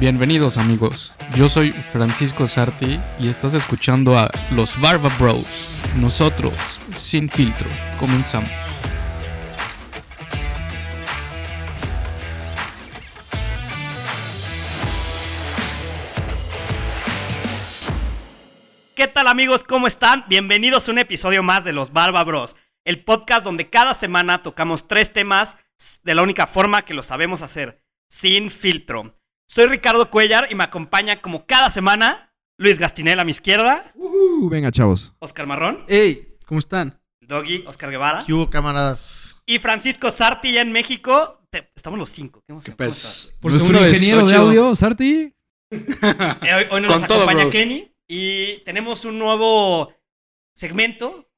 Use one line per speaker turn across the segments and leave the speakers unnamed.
Bienvenidos amigos, yo soy Francisco Sarti y estás escuchando a Los Barba Bros, nosotros, sin filtro, comenzamos.
¿Qué tal amigos? ¿Cómo están? Bienvenidos a un episodio más de Los Barba Bros, el podcast donde cada semana tocamos tres temas de la única forma que lo sabemos hacer, sin filtro. Soy Ricardo Cuellar y me acompaña como cada semana Luis Gastinel a mi izquierda,
Uh, venga, chavos.
Oscar Marrón,
ey, ¿cómo están?
el Doggy, Oscar Guevara
¿Qué hubo, camaradas?
y Francisco Sarti ya en México. Te- estamos los cinco, qué emoción.
¿Qué pez?
Por
Nuestro
segunda vez,
ingeniero de
ocho.
audio, Sarti.
¿Cómo estás? Eh, hoy, hoy no
Con
nos
todo,
acompaña
bros.
Kenny y tenemos un nuevo segmento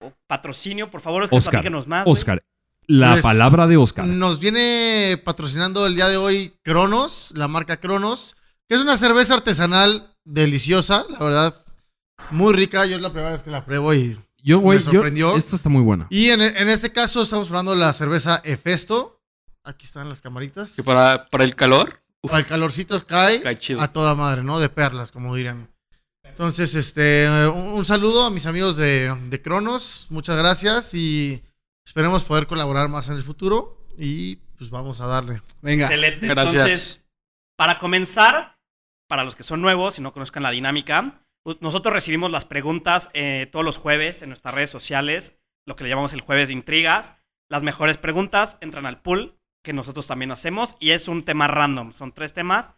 o patrocinio. Por favor, Oscar,
Oscar,
platícanos más. güey.
Oscar, la
Pues-
palabra de Oscar.
Nos viene patrocinando el día de hoy Cronos, la marca Cronos, que es una cerveza artesanal deliciosa, la verdad, muy rica. Yo es la primera vez que la pruebo y...
Yo, güey,
Me
yo-
sorprendió.
esta está muy buena.
Y en, en este caso estamos probando la cerveza Hefesto. Aquí están las camaritas.
Que para, para el calor,
Para el calorcito cae
cae chido.
a toda madre, ¿no? De perlas, como dirán. Entonces, este, un, un saludo a mis amigos de, de Cronos, muchas gracias y esperemos poder colaborar más en el futuro y pues vamos a darle.
Venga.
Excelente.
Gracias.
Entonces, para comenzar, para los que son nuevos y no conozcan la dinámica, pues, nosotros recibimos las preguntas eh, todos los jueves en nuestras redes sociales, lo que le llamamos el jueves de intrigas. Las mejores preguntas entran al pool, que nosotros también hacemos, y es un tema random. Son tres temas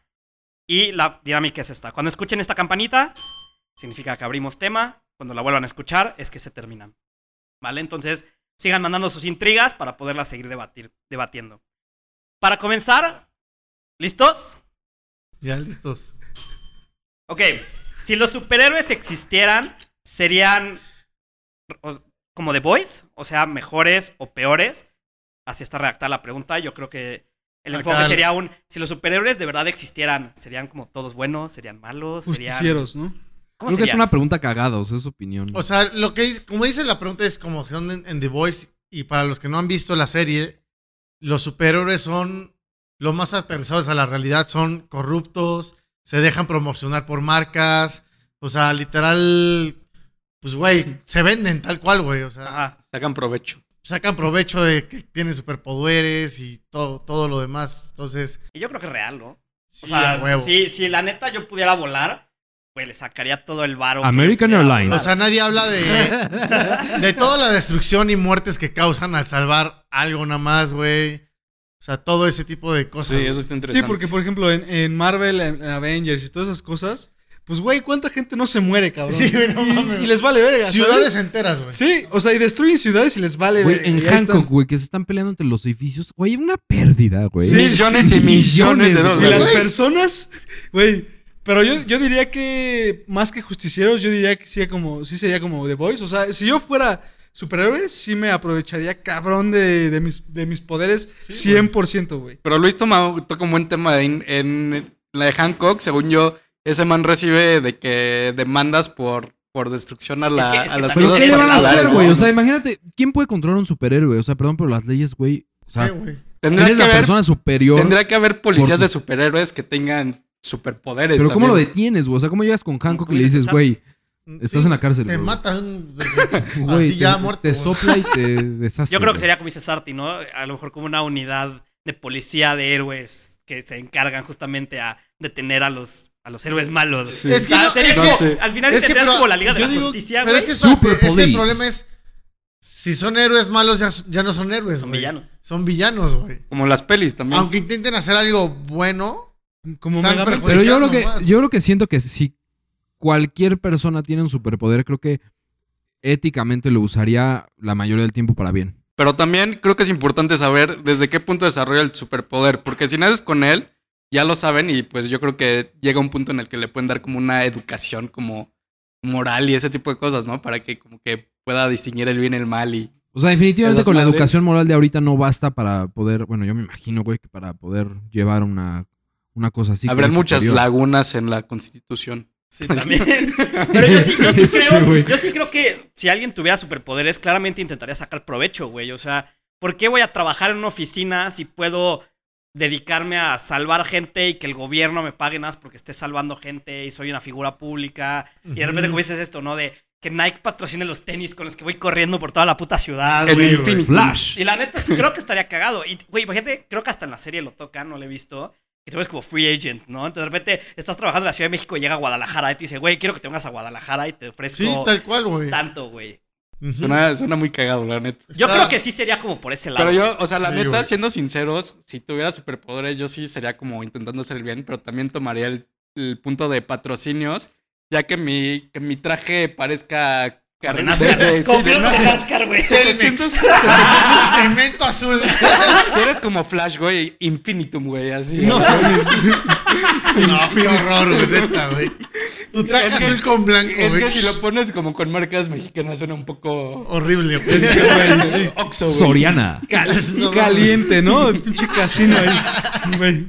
y la dinámica es esta. Cuando escuchen esta campanita, significa que abrimos tema. Cuando la vuelvan a escuchar, es que se terminan. ¿Vale? Entonces, sigan mandando sus intrigas para poderlas seguir debatir, debatiendo. Para comenzar, ¿listos?
Ya listos.
Ok, si los superhéroes existieran, ¿serían o- como The Boys? O sea, mejores o peores. Así está redactada la pregunta. Yo creo que el enfoque
Acá-
sería un... Si los superhéroes de verdad existieran, ¿serían como todos buenos? ¿Serían malos? ¿Serían...
Justicieros, ¿no?
¿Cómo
Creo que es
serían?
una pregunta cagada, o sea, es su opinión.
O sea, lo que dice- como dice la pregunta es como son en, en The Voice y para los que no han visto la serie, los superhéroes son los más aterrizados a la realidad, son corruptos, se dejan promocionar por marcas, o sea, literal, pues güey, se venden tal cual, güey, o sea,
Ajá.
Sacan provecho.
sacan provecho de que tienen superpoderes y todo, todo lo demás, entonces,
Y yo creo que es real, ¿no?
sí,
O sea,
a huevo.
si, si la neta yo pudiera volar, pues le sacaría todo el varo. que yo
American
pudiera
Airlines.
O
volar.
sea, nadie habla de, de toda la destrucción y muertes que causan al salvar algo nada más, güey. O sea, todo ese tipo de cosas.
Sí, eso está
Sí,
interesante.
porque por ejemplo en, en Marvel, en, en Avengers y todas esas cosas, pues güey, ¿cuánta gente no se muere, cabrón?
Sí, güey, no
y,
mames.
y les vale verga.
Ciudades
¿sabes?
enteras, güey.
Sí, o sea, y destruyen ciudades y les vale
Güey,
verga.
en
y ahí están.
Hancock, güey, que se están peleando entre los edificios. Güey, hay una pérdida, güey.
Sí,
millones y
millones,
millones de
Y
dólares.
las
Güey.
personas, güey. Pero yo, yo diría que más que justicieros, yo diría que sí, como, sí sería como The Voice. O sea, si yo fuera superhéroe, sí me aprovecharía cabrón de, de mis, de mis poderes 100%, güey.
Pero Luis toma, toca un buen tema en, en la de Hancock, según yo, ese man recibe de que demandas por, por destrucción a, la,
que- es que
a las
Pero
también Sí,
¿qué le van a
sí,
hacer,
sí,
güey?
sí.
O sea, imagínate, ¿quién puede controlar a un superhéroe? O sea, perdón, pero las leyes, güey. O sea,
Sí, güey.
Tendría
eres
que
la
haber
persona superior.
Tendría que haber policías
Por-
de superhéroes que tengan superpoderes.
Pero ¿cómo lo
también.
detienes, güey? O sea, ¿cómo llegas con Hancock y
¿Cómo
le
dices,
dices, güey, estás
Sí,
en la cárcel,
Te
güey?
matan.
Güey,
así ya
te-
muerto.
Te
güey.
sopla y te
Pues
deshace.
Yo creo que
güey.
sería como dice Sarti, ¿no? A lo mejor como una unidad de policía de héroes que se encargan justamente a detener a los, a los héroes malos.
Sí.
Es que
O sea,
no-
sería
es
como-
que-
al final
Es que,
tendrías
pero,
como la Liga de
yo
la
digo,
Justicia,
Pero
güey.
es que,
Super
espérate, es que el
police.
problema es. Si son héroes malos, ya, ya no son héroes,
Son
pues, güey.
villanos.
Son villanos, güey.
Como las pelis también.
Aunque intenten hacer algo bueno,
Como
Están
Mega Man.
perju-
Pues,
Pero yo lo que,
Publicando más.
yo lo que siento que si cualquier persona tiene un superpoder, creo que éticamente lo usaría la mayoría del tiempo para bien.
Pero también creo que es importante saber desde qué punto desarrolla el superpoder. Porque si naces con él, ya lo saben y pues yo creo que llega un punto en el que le pueden dar como una educación como moral y ese tipo de cosas, ¿no? Para que como que pueda distinguir el bien y el mal y...
O sea, definitivamente
Esas
con la
madres.
educación moral de ahorita no basta para poder, bueno, yo me imagino, güey, que para poder llevar una, una cosa así. que
Habrá
eres
muchas
superior.
lagunas en la constitución.
Sí, también. Pero yo sí, yo sí
Este,
creo,
güey.
yo sí creo que si alguien tuviera superpoderes, claramente intentaría sacar provecho, güey. O sea, ¿por qué voy a trabajar en una oficina si puedo dedicarme a salvar gente y que el gobierno me pague más porque esté salvando gente y soy una figura pública. Y de repente, como dices esto, ¿no? De que Nike patrocine los tenis con los que voy corriendo por toda la puta ciudad,
El
Ah, güey.
Infinity.
Flash.
Y la neta, es que creo que estaría cagado. Y, güey, imagínate, creo que hasta en la serie lo tocan, no lo he visto. Que tú eres como free agent, ¿no? Entonces, de repente, estás trabajando en la Ciudad de México y llega a Guadalajara y te dice, güey, quiero que te vengas a Guadalajara y te ofrezco
Sí, tal cual, güey.
tanto, güey.
Ujú.
Suena, suena muy cagado, la neta.
Yo
Está-
creo que sí sería como por ese lado.
Pero yo, o sea, la
Sí,
neta,
güey.
siendo sinceros, si tuviera superpoderes, yo sí sería como intentando hacer el bien, pero también tomaría el, el punto de patrocinios, ya que mi, que mi traje parezca
Con
carrera
NASCAR.
de- sí, de
Completo de
NASCAR.
NASCAR, güey.
Telmex. Cemento azul.
Si eres como Flash, güey, Infinitum, güey, así.
No, mames.
No, qué horror, güey, neta, güey. Tu traje
Es que-
azul con blanco, güey.
Es que si lo pones como con marcas mexicanas suena un poco
Horrible, güey.
Oxo, güey.
Soriana.
No, no,
caliente, ¿no? El pinche casino ahí. Güey.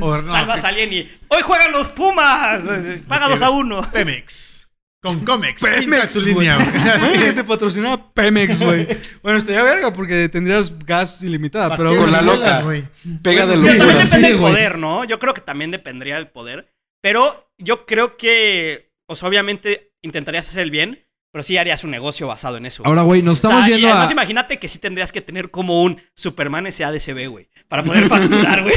O no,
Salvas a alguien y hoy juegan los Pumas. Paga dos a uno.
Pemex. Con Comex. Pinta
Pemex,
tu
güey.
línea, güey. Así.
Güey, que te patrocinaba Pemex, güey. Bueno, estaría verga porque tendrías gas ilimitada, pero
Con la
loca.
loca, güey.
Pega de
Sí, también
locura.
Sí,
depende del
güey.
poder, ¿no? Yo creo que también dependería del poder. Pero yo creo que, o sea, obviamente intentarías hacer el bien, pero sí harías un negocio basado en eso. güey.
Ahora, güey, nos
O sea,
Pues estamos
y
yendo
además
a.
imagínate que sí tendrías que tener como un Superman SADCB, güey, para poder facturar, güey.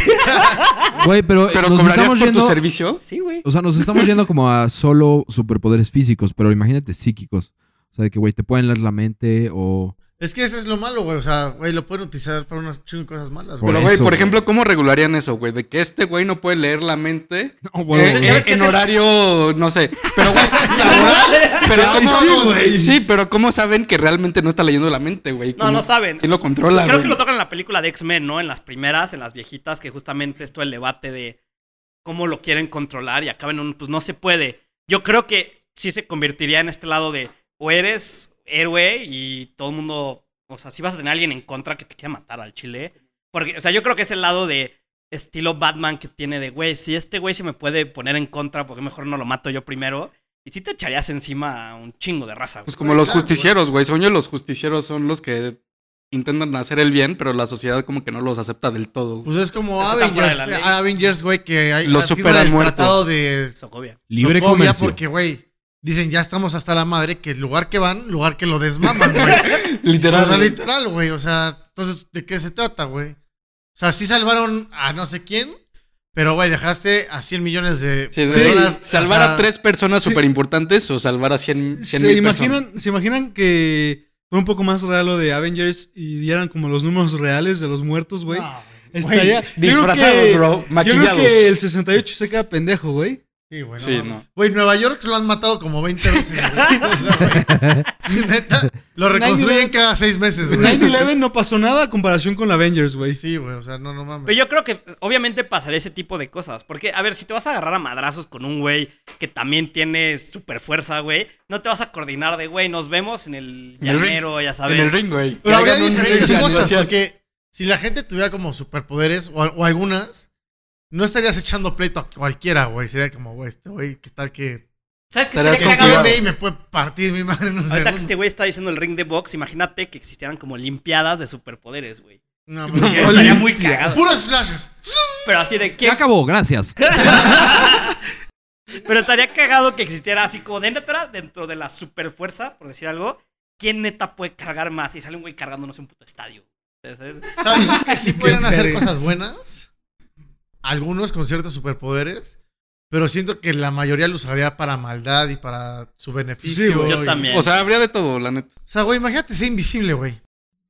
Güey, pero, eh,
Pero
nos
cobrarías por
estamos yendo.
tu servicio.
Sí, güey.
O sea, nos estamos yendo como a solo superpoderes físicos, pero imagínate psíquicos. O sea, de que, güey, te pueden leer la mente o.
Es que eso es lo malo, güey. O sea, güey, lo pueden utilizar para unas chingo de cosas
Por
malas, güey.
Pero, güey,
eso,
por
güey.
ejemplo, ¿cómo regularían eso, güey? De que este güey no puede leer la mente.
No, güey.
Eh,
Ya ves que
en
es el-
horario, no sé. Pero, güey, pero
Ay,
¿cómo-
sí, güey.
sí, pero ¿cómo saben que realmente no está leyendo la mente, güey?
No,
¿Cómo-
no saben.
¿Quién lo controla?
Pues creo que
güey?
lo tocan en la película de X-Men, ¿no? En las primeras, en las viejitas, que justamente es todo el debate de cómo lo quieren controlar y acaban en un, pues no se puede. Yo creo que sí se convertiría en este lado de o eres héroe y todo el mundo, o sea, sí vas a tener a alguien en contra que te quiera matar al chile. Porque, o sea, yo creo que es el lado de estilo Batman que tiene de, güey, si este güey se me puede poner en contra, porque mejor no lo mato yo primero. Y sí te echarías encima a un chingo de raza, güey.
Pues como los justicieros, güey. Según yo, los justicieros son los que intentan hacer el bien, pero la sociedad como que no los acepta del todo. güey.
Pues es como
Eso está fuera de la
Avengers,
ley.
Avengers, güey, que hay
Los
la firma
superan
del
muerto.
tratado de
Socovia.
Libre
Socovia,
comercio.
porque, güey, dicen ya estamos hasta la madre que el lugar que van, lugar que lo desmaman, güey.
Literal.
o sea,
güey.
literal, güey. O sea, entonces, ¿de qué se trata, güey? O sea, sí salvaron a no sé quién, pero, güey, dejaste a 100 millones de
Sí,
personas,
güey.
o
salvar
sea,
a tres personas súper importantes o salvar a 100
¿Se,
mil personas.
imaginan, ¿Se imaginan que fue un poco más real lo de Avengers y dieran como los números reales de los muertos, güey?
No,
Estaría. yo creo
disfrazados,
que-
bro,
Yo creo
maquillados.
que el 68 se queda pendejo, güey.
Sí, güey.
Sí,
no.
no.
Güey, Nueva York lo han matado como 20 veces. güey. O sea, güey, Neta, lo reconstruyen
9/11.
cada seis meses, güey.
9-11 no pasó nada a comparación con Avengers, güey.
Sí, güey, o sea, no, no mames.
Pero yo creo que pues, obviamente pasará ese tipo de cosas. Porque, a ver, si te vas a agarrar a madrazos con un güey que también tiene super fuerza, güey, no te vas a coordinar de, güey, nos vemos en el
En el ring.
llanero, ya sabes.
En el ring, güey.
Pero habría
Que hagan un
diferentes
ring de
cosas,
animación.
porque si la gente tuviera como superpoderes o, o algunas, no estarías echando pleito a cualquiera, güey. Sería como, güey, este güey, ¿qué tal que,
¿Sabes qué
Estarías
estaría
que
cagado?
viene y me puede partir mi madre en un
Ahorita que este
segundo?
güey está diciendo el ring de box, imagínate que existieran como limpiadas de superpoderes, güey.
No,
Que
porque
estaría muy cagado.
Puros flashes.
Pero así de
Ya
que.
acabó, gracias.
Pero estaría cagado que existiera así como de neta, dentro de la superfuerza, por decir algo. ¿Quién neta puede cargar más? Y sale un güey cargándonos un puto estadio. Entonces,
¿Sabes? Yo creo Que sí
Qué
pueden hacer
verga.
cosas buenas. Algunos con ciertos superpoderes. Pero siento que la mayoría lo usaría para maldad y para su beneficio.
Sí, güey.
yo
y-
también.
O sea, habría de todo, la neta.
O sea, güey, imagínate ser invisible, güey.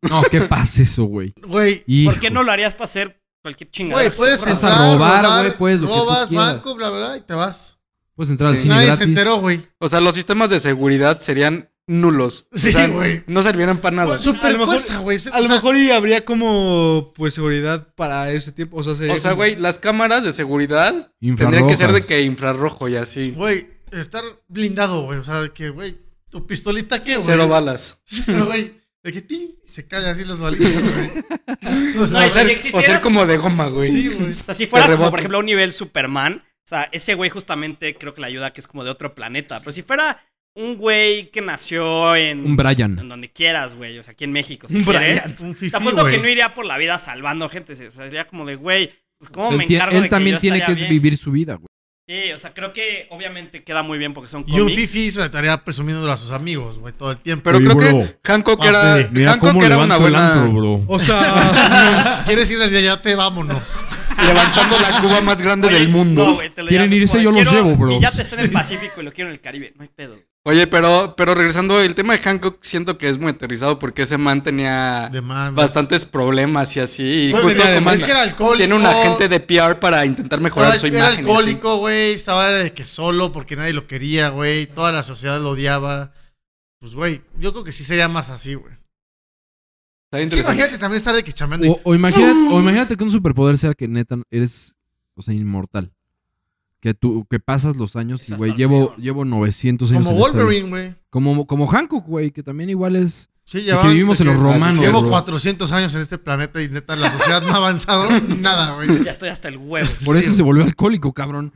No, qué pasa eso, güey.
Güey,
¿Por
Hijo.
qué no lo harías para hacer cualquier chingada?
güey, puedes
Vas a
entrar,
robar,
robar,
güey, puedes lo que tú
robas,
quieras.
banco, bla, bla, bla, y te vas.
Puedes entrar al
Sí.
cine
Nadie
gratis.
se enteró, güey.
O sea, los sistemas de seguridad serían nulos. O
Sí,
sea,
güey. Pues
No servirían para nada.
Super fuerza, güey.
A lo mejor y habría como pues seguridad para ese tiempo. O sea, sería
O sea,
como-
güey, las cámaras de seguridad tendrían que
Infrarrojas.
ser de que infrarrojo y así.
Güey, estar blindado, güey. O sea, de que, güey, tu pistolita, ¿qué, güey?
Cero balas.
Sí, güey. De que ti se caen así las balitas, güey. O
No,
sea,
O
y si
ser, o
existieras-
ser como de goma, güey.
sí, güey.
O sea, si fueras
Que
como,
rebote.
por ejemplo, un nivel Superman, o sea, ese güey justamente creo que le ayuda que es como de otro planeta. Pero si fuera un güey que nació en.
Un Brian.
En donde quieras, güey. O sea, aquí en México. Si
Un
quieres,
Brian, un
Te
fifí,
apuesto que
güey.
no iría por la vida salvando gente. O sea, sería como de, güey, Pues cómo
él
me
tie-
encargo
él
de que
también
yo
tiene que
estaría bien?
vivir su vida, güey.
Sí, o sea, creo que obviamente queda muy bien porque son
Y un
cómics.
fifi se estaría presumiéndolo a sus amigos, güey, todo el tiempo.
Pero
Oye,
creo
bro. Ah, eh,
que Hancock era,
Papi,
Hancock era una buena.
bro.
O sea,
¿Quieres ir al de allá? Te vámonos.
levantando la cuba más grande
Oye,
del mundo.
no, güey, te lo
Quieren
llevas,
irse,
güey,
yo los
quiero-
llevo, bro.
Y ya te está en el Pacífico y lo quiero en el Caribe. No hay pedo.
Oye, pero, pero regresando, el tema de Hancock siento que es muy aterrizado porque ese man tenía
Demandas.
bastantes problemas y así. Y
Pues,
justo
mira,
como
es que era alcohólico.
tiene un agente de PR para intentar mejorar
Era,
su
era
imagen. y así.
alcohólico, güey. Estaba de que solo porque nadie lo quería, güey. Toda la sociedad lo odiaba. Pues, güey, yo creo que sí sería más así, güey.
Está
Es que
interesante. Oh,
imagínate también estar de que chambeando. y-
O, o imagínate, o imagínate que un superpoder sea que neta eres, o sea, inmortal. Que tú, que pasas los años
Es
y, güey,
hasta el
llevo,
feo.
llevo 900 años.
Como
en esta vida.
Wolverine, güey.
Como, como Hancock, güey, que también igual es.
Sí,
que
llevaban-
vivimos en
de
los romanos,
Llevo
bro.
400 años en este planeta y neta, la sociedad no ha avanzado nada, güey.
Ya estoy hasta el huevo.
Por
Sí,
eso se volvió alcohólico, cabrón.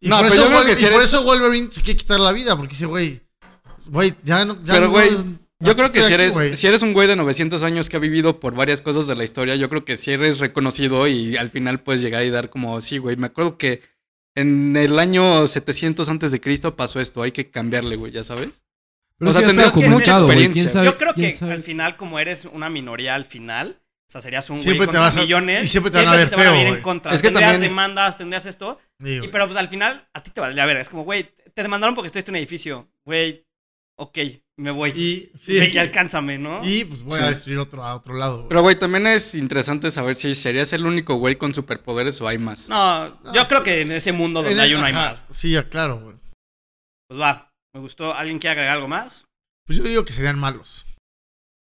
Y
No,
por,
pero
eso,
yo creo
Wol-
que si
y por
eres-
eso Wolverine se quiere quitar la vida, porque dice, güey, güey, ya no. Ya
Pero,
no-
güey,
aquí
Yo creo que
estoy
si
aquí,
eres,
güey.
si eres un güey de 900 años que ha vivido por varias cosas de la historia, yo creo que si eres reconocido y al final puedes llegar y dar como, sí, güey, me acuerdo que en el año 700 antes de Cristo pasó esto, hay que cambiarle, güey, ya sabes.
Pero
O sea,
es que ya
tendrías
estaba
que ser
comunicado, güey.
experiencia.
¿Quién sabe?
Yo creo
quién
que
sabe?
al final, como eres una minoría al final, o sea, serías un güey
Siempre
con
te vas a-
millones.
y siempre te van a ver
se te van a
feo,
venir en
güey.
contra.
Es que
tendrías
también-
demandas, tendrías esto.
Sí,
Y,
güey.
pero pues al final, a ti te vale. A ver, es como, güey, te demandaron porque estoy en un edificio. Güey, ok, me voy.
Y, sí.
Ve Y alcánzame, ¿no?
Y, pues voy
Sí.
a destruir otro, a otro lado, güey.
Pero, güey, también es interesante saber si serías el único güey con superpoderes o hay más.
No, yo creo que en ese mundo donde
En-
hay uno hay
ajá,
más.
Sí, ya, claro, güey.
Pues va, me gustó. ¿Alguien quiere agregar algo más?
Pues yo digo que serían malos.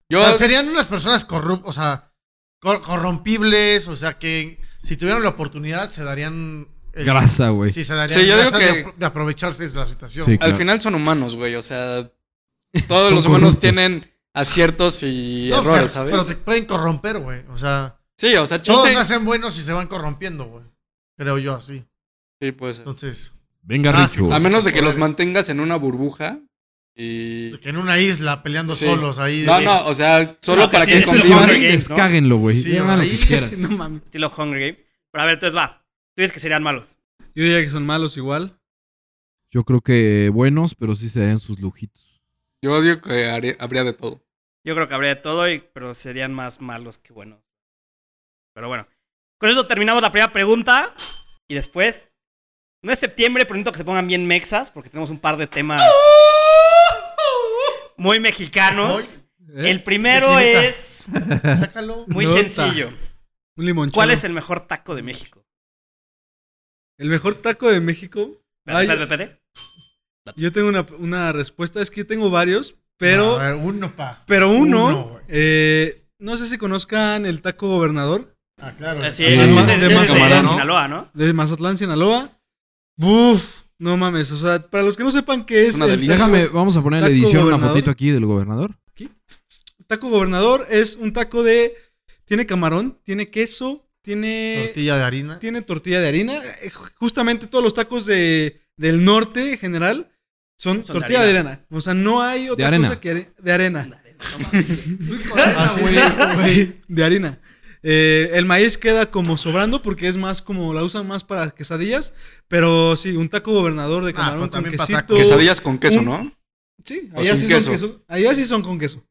Yo,
o sea, serían unas personas corruptas, o sea, cor- corrompibles, o sea, que si tuvieran la oportunidad se darían... el-
Grasa, güey.
Sí, se darían
Sí, yo digo
grasa de,
que-
apro- de aprovecharse de la situación.
Sí,
güey.
al
claro.
final son humanos, güey, o sea, todos
Son
los humanos
corruptos.
tienen aciertos y
No, o sea,
errores, ¿sabes?
Pero se pueden corromper, güey. O sea,
Sí, o sea,
todos
chance.
nacen buenos y se van corrompiendo, güey. Creo yo así.
Sí, puede ser.
Entonces,
Venga,
Ah,
Richo.
sí,
A
Los
menos de que los
superpoderes.
mantengas en una burbuja y...
que en una isla peleando
Sí.
solos ahí.
No,
de-
no, o sea, solo
No, que
para que
tienes
Estos
Estos
convivan.
Hunger
jóvenes,
Games, ¿no?
cáguenlo, güey.
Sí,
Hagan lo
ahí-
que quieran.
no mames.
Estilo Hunger Games. Pero a ver, entonces va. Tú dices que serían malos.
Yo diría que son malos igual.
Yo creo que buenos, pero sí se darían sus lujitos.
Yo digo que haría- habría de todo.
Yo creo que habría de todo, y- pero serían más malos que buenos. Pero bueno. Con eso terminamos la primera pregunta. Y después. No es septiembre, pero necesito que se pongan bien mexas, porque tenemos un par de temas muy mexicanos. El primero
Tequilita.
es
Sácalo.
muy
¿eh? Nota.
sencillo.
Un limonchelo.
¿Cuál es el mejor taco de México?
el mejor taco de México?
Espérate,
Ay,
espérate, espérate.
yo tengo una, una respuesta. Es que tengo varios, pero,
No, a ver, uno, pa.
pero uno.
uno, güey.
eh, no sé si conozcan el taco gobernador
Ah, claro.
Así
Sí,
es,
¿no?
ese- ese
De
es de
Mazatlán, ¿no?
Sinaloa, ¿no?
de Mazatlán, Sinaloa. ¡Buf! No mames. O sea, para los que no sepan qué es.
una
el
delicia.
taco-
Déjame, vamos a poner en la
Taco
edición una
gobernador.
fotito aquí del gobernador.
Taco gobernador es un taco de. Tiene camarón, tiene queso, tiene.
Tortilla de harina.
Tiene tortilla de harina. Eh, ju- Justamente todos los tacos de, del norte en general son,
Son de
tortilla de arena. O sea, no hay otra
arena.
cosa que are- de arena. Ah,
Ándale, no mames.
Así,
Sí, de harina. Eh, el maíz queda como sobrando porque es más como la usan más para quesadillas. Pero sí, un taco gobernador de
Ah,
camarón
pues
con
también para
quesito.
tacos.
Quesadillas con queso,
un-
¿no?
Sí,
O
allá
sin
sí, son
queso.
queso. allá sí son con queso.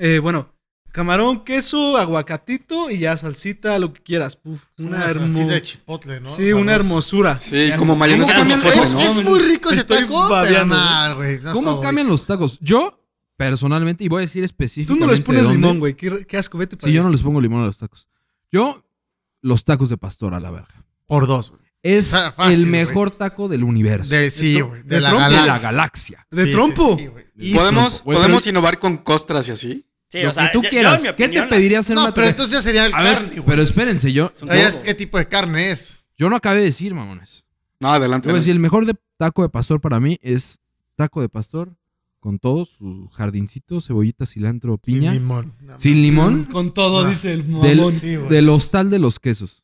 Eh, bueno, camarón, queso, aguacatito y ya salsita, lo que quieras. Puf, una
Una hermosura de
hermosura.
chipotle, ¿no?
Sí, una
Sabroso.
hermosura.
Sí,
Ya,
como mayonesa
¿cómo
con
cambian-
chipotle,
Es,
¿no?
es muy rico ese
Estoy
taco, pero
babeando,
nah, güey. no es
¿Cómo
favorito.
cambian los tacos? Yo, personalmente, y voy a decir
Tú
específicamente.
no les pones
dónde.
limón, güey. Qué, qué asco, vete para
Sí, yo
allá.
no les pongo limón a los tacos. Yo, los tacos de pastora, la verga.
Por dos, güey.
Es
Sa- fácil,
el
güey.
mejor taco del universo.
De, sí,
tro-
güey.
de
De, la
trompo.
De la
galaxia.
galaxia.
¿De
Sí,
trompo?
sí, sí, güey.
Y-
Podemos,
Güey,
podemos
pero-
innovar con costras y así.
Sí,
lo
o sea,
que tú
yo- yo,
quieras.
en mi
¿Qué te
opinión,
pedirías en
No,
una
pero
tra-
entonces ya sería el
A ver,
carne, güey.
pero espérense, yo,
las- son
¿Sabías
todo.
qué tipo de carne es?
yo no acabé de decir, mamones.
No, adelante.
Yo
adelante.
voy a decir, el mejor de taco de pastor para mí es taco de pastor con todo, su jardincito, cebollita, cilantro, piña,
Limón. No,
sin limón,
Con todo,
No.
dice el
del,
mamón.
sí, güey.
del hostal de los quesos.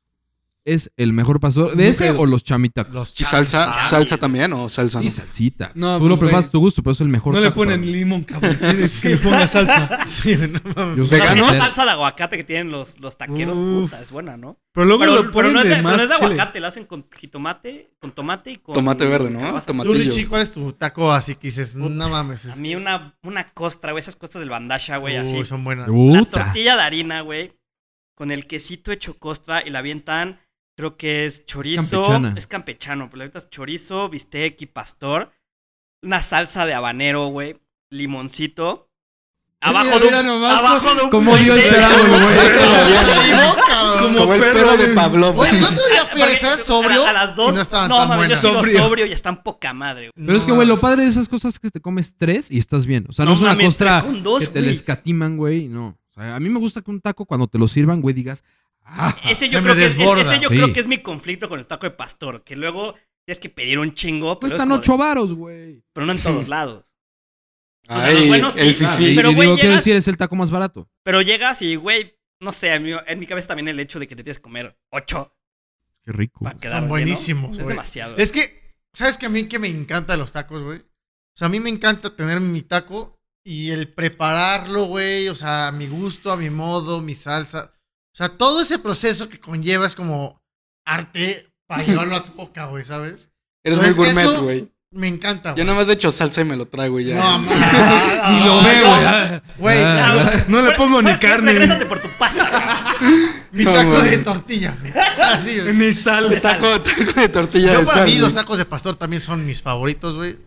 es el mejor pastor? ¿De
No
ese
creo.
o los chamitacos?
Los
¿Y salsa?
Chale.
¿Salsa también o salsa?
Sí,
no?
salsita.
No,
Tú lo
pues,
preparas
güey.
a tu gusto, pero es el mejor.
No le
taco,
ponen
güey.
limón, cabrón. Quieres que le ponga salsa.
Sí, no mames.
Yo soy
La
¿Veganos?
misma
sincero.
salsa de aguacate que tienen los, los taqueros,
Uf.
puta, es buena, ¿no?
Pero luego
Pero,
lo
pero
ponen
no, es de,
de
pero
más
no es de
chile.
aguacate, la hacen con jitomate, con tomate y con.
Tomate verde, ¿no?
calabaza.
Tomate.
Tú, Richie, ¿cuál es tu taco así que dices,
Puta,
no mames? es-
A mí una, una costra, güey, esas costas del bandasha, güey,
Uy,
así.
son buenas.
La
Puta.
tortilla de harina, güey, con el quesito hecho costra y la avientan, creo que es chorizo.
Campechana.
Es campechano, pero la avientas chorizo, bistec y pastor. Una salsa de habanero, güey. Limoncito. Abajo de
mira
un.
nomás,
Abajo de un.
cómo
puente.
vio el trago, güey.
Como el perro de Pablo.
Oye, el otro día fui a
Porque
esa,
a la-
sobrio.
A, las dos.
y no estaban
no,
tan
mames, yo
buenas.
sigo
Sobrio.
sobrio y están poca madre, güey.
Pero es que, güey, lo padre de esas cosas es que te comes tres y estás bien. O sea, no,
No
es una
mames,
costra
tres con dos,
que te
güey.
le escatiman, güey. No. O sea, a mí me gusta que un taco, cuando te lo sirvan, güey, digas. Ah,
Ese
Se
yo,
me
creo que, es,
desborda.
ese yo
Sí.
creo que es mi conflicto con el taco de pastor, que luego tienes que pedir un chingo, pero, es
cuestan
como de-
Pues ocho varos, güey.
pero no en todos lados. O sea, los
Ay,
buenos sí,
el
claro.
fifí.
Pero,
Pero,
güey,
Ah, digo, quiero
llegas-
decir, es el taco más barato.
Pero llegas y, güey, no sé, a mí- en mi cabeza también el hecho de que te tienes que comer ocho
Qué rico.
Ah,
para quedar lleno,
buenísimos,
Es
güey.
demasiado.
Es que, ¿sabes que a mí que me encantan los tacos, güey? O sea, a mí me encanta tener mi taco y el prepararlo, güey. O sea, a mi gusto, a mi modo, mi salsa. O sea, todo ese proceso que conlleva es como arte para llevarlo a tu boca, güey, ¿sabes?
Eres
No,
muy
es que
gourmet,
eso-
güey.
Me encanta,
Yo
güey.
nada más de hecho salsa y me lo trago y ya.
No,
Ah,
mames.
Ni lo
Ve,
no.
güey, ah,
Güey,
ah,
Ah, güey.
No le
Pero,
pongo ni
¿sabes qué?
carne.
Regrésate por tu pasta. cabrón.
Mi
No,
taco de
mames.
tortilla, güey. Así, güey.
Ni sal.
Taco, taco de tortilla
Yo
de
para
sal.
mí
güey.
los tacos de pastor también son mis favoritos, güey.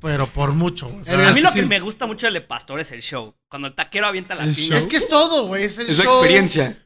Pero por mucho, güey. O sea,
A mí lo
Sí.
que me gusta mucho del pastor es el show. Cuando el taquero avienta la
El
piña.
show.
es que es todo, güey. Es el
Es la
show.
experiencia.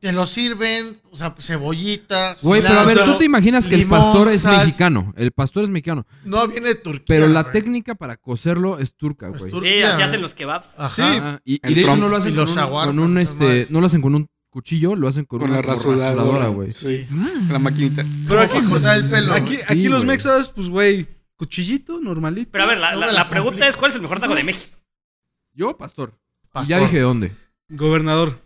Te lo sirven, o sea, cebollita,
Güey, pero a ver,
cilantro,
tú te imaginas que el
limón,
pastor es
sal.
mexicano. El pastor es mexicano.
No, viene de Turquía.
Pero la
güey.
técnica para cocerlo es turca,
Es
güey.
turca.
Sí, así
Turquía.
hacen los kebabs.
Ajá.
Ah, y,
El
y de hecho
trompo.
no lo
Y
hacen
los
con un,
shawarmas,
con un,
esas
este,
madres.
no lo hacen con un cuchillo, lo hacen con,
Con
una
la rasuradora.
rasuradora, güey.
Sí.
Mm.
La maquinita.
Pero hay que
Aquí-
cortar el pelo.
Aquí,
güey.
aquí
Sí,
los
güey.
mexas, pues, güey, cuchillito, normalito.
Pero a ver, la,
No
la-
me la
la pregunta
complico.
es: ¿cuál es el mejor taco de México?
Yo, pastor. Y
Pastor.
Ya dije dónde.
Gobernador.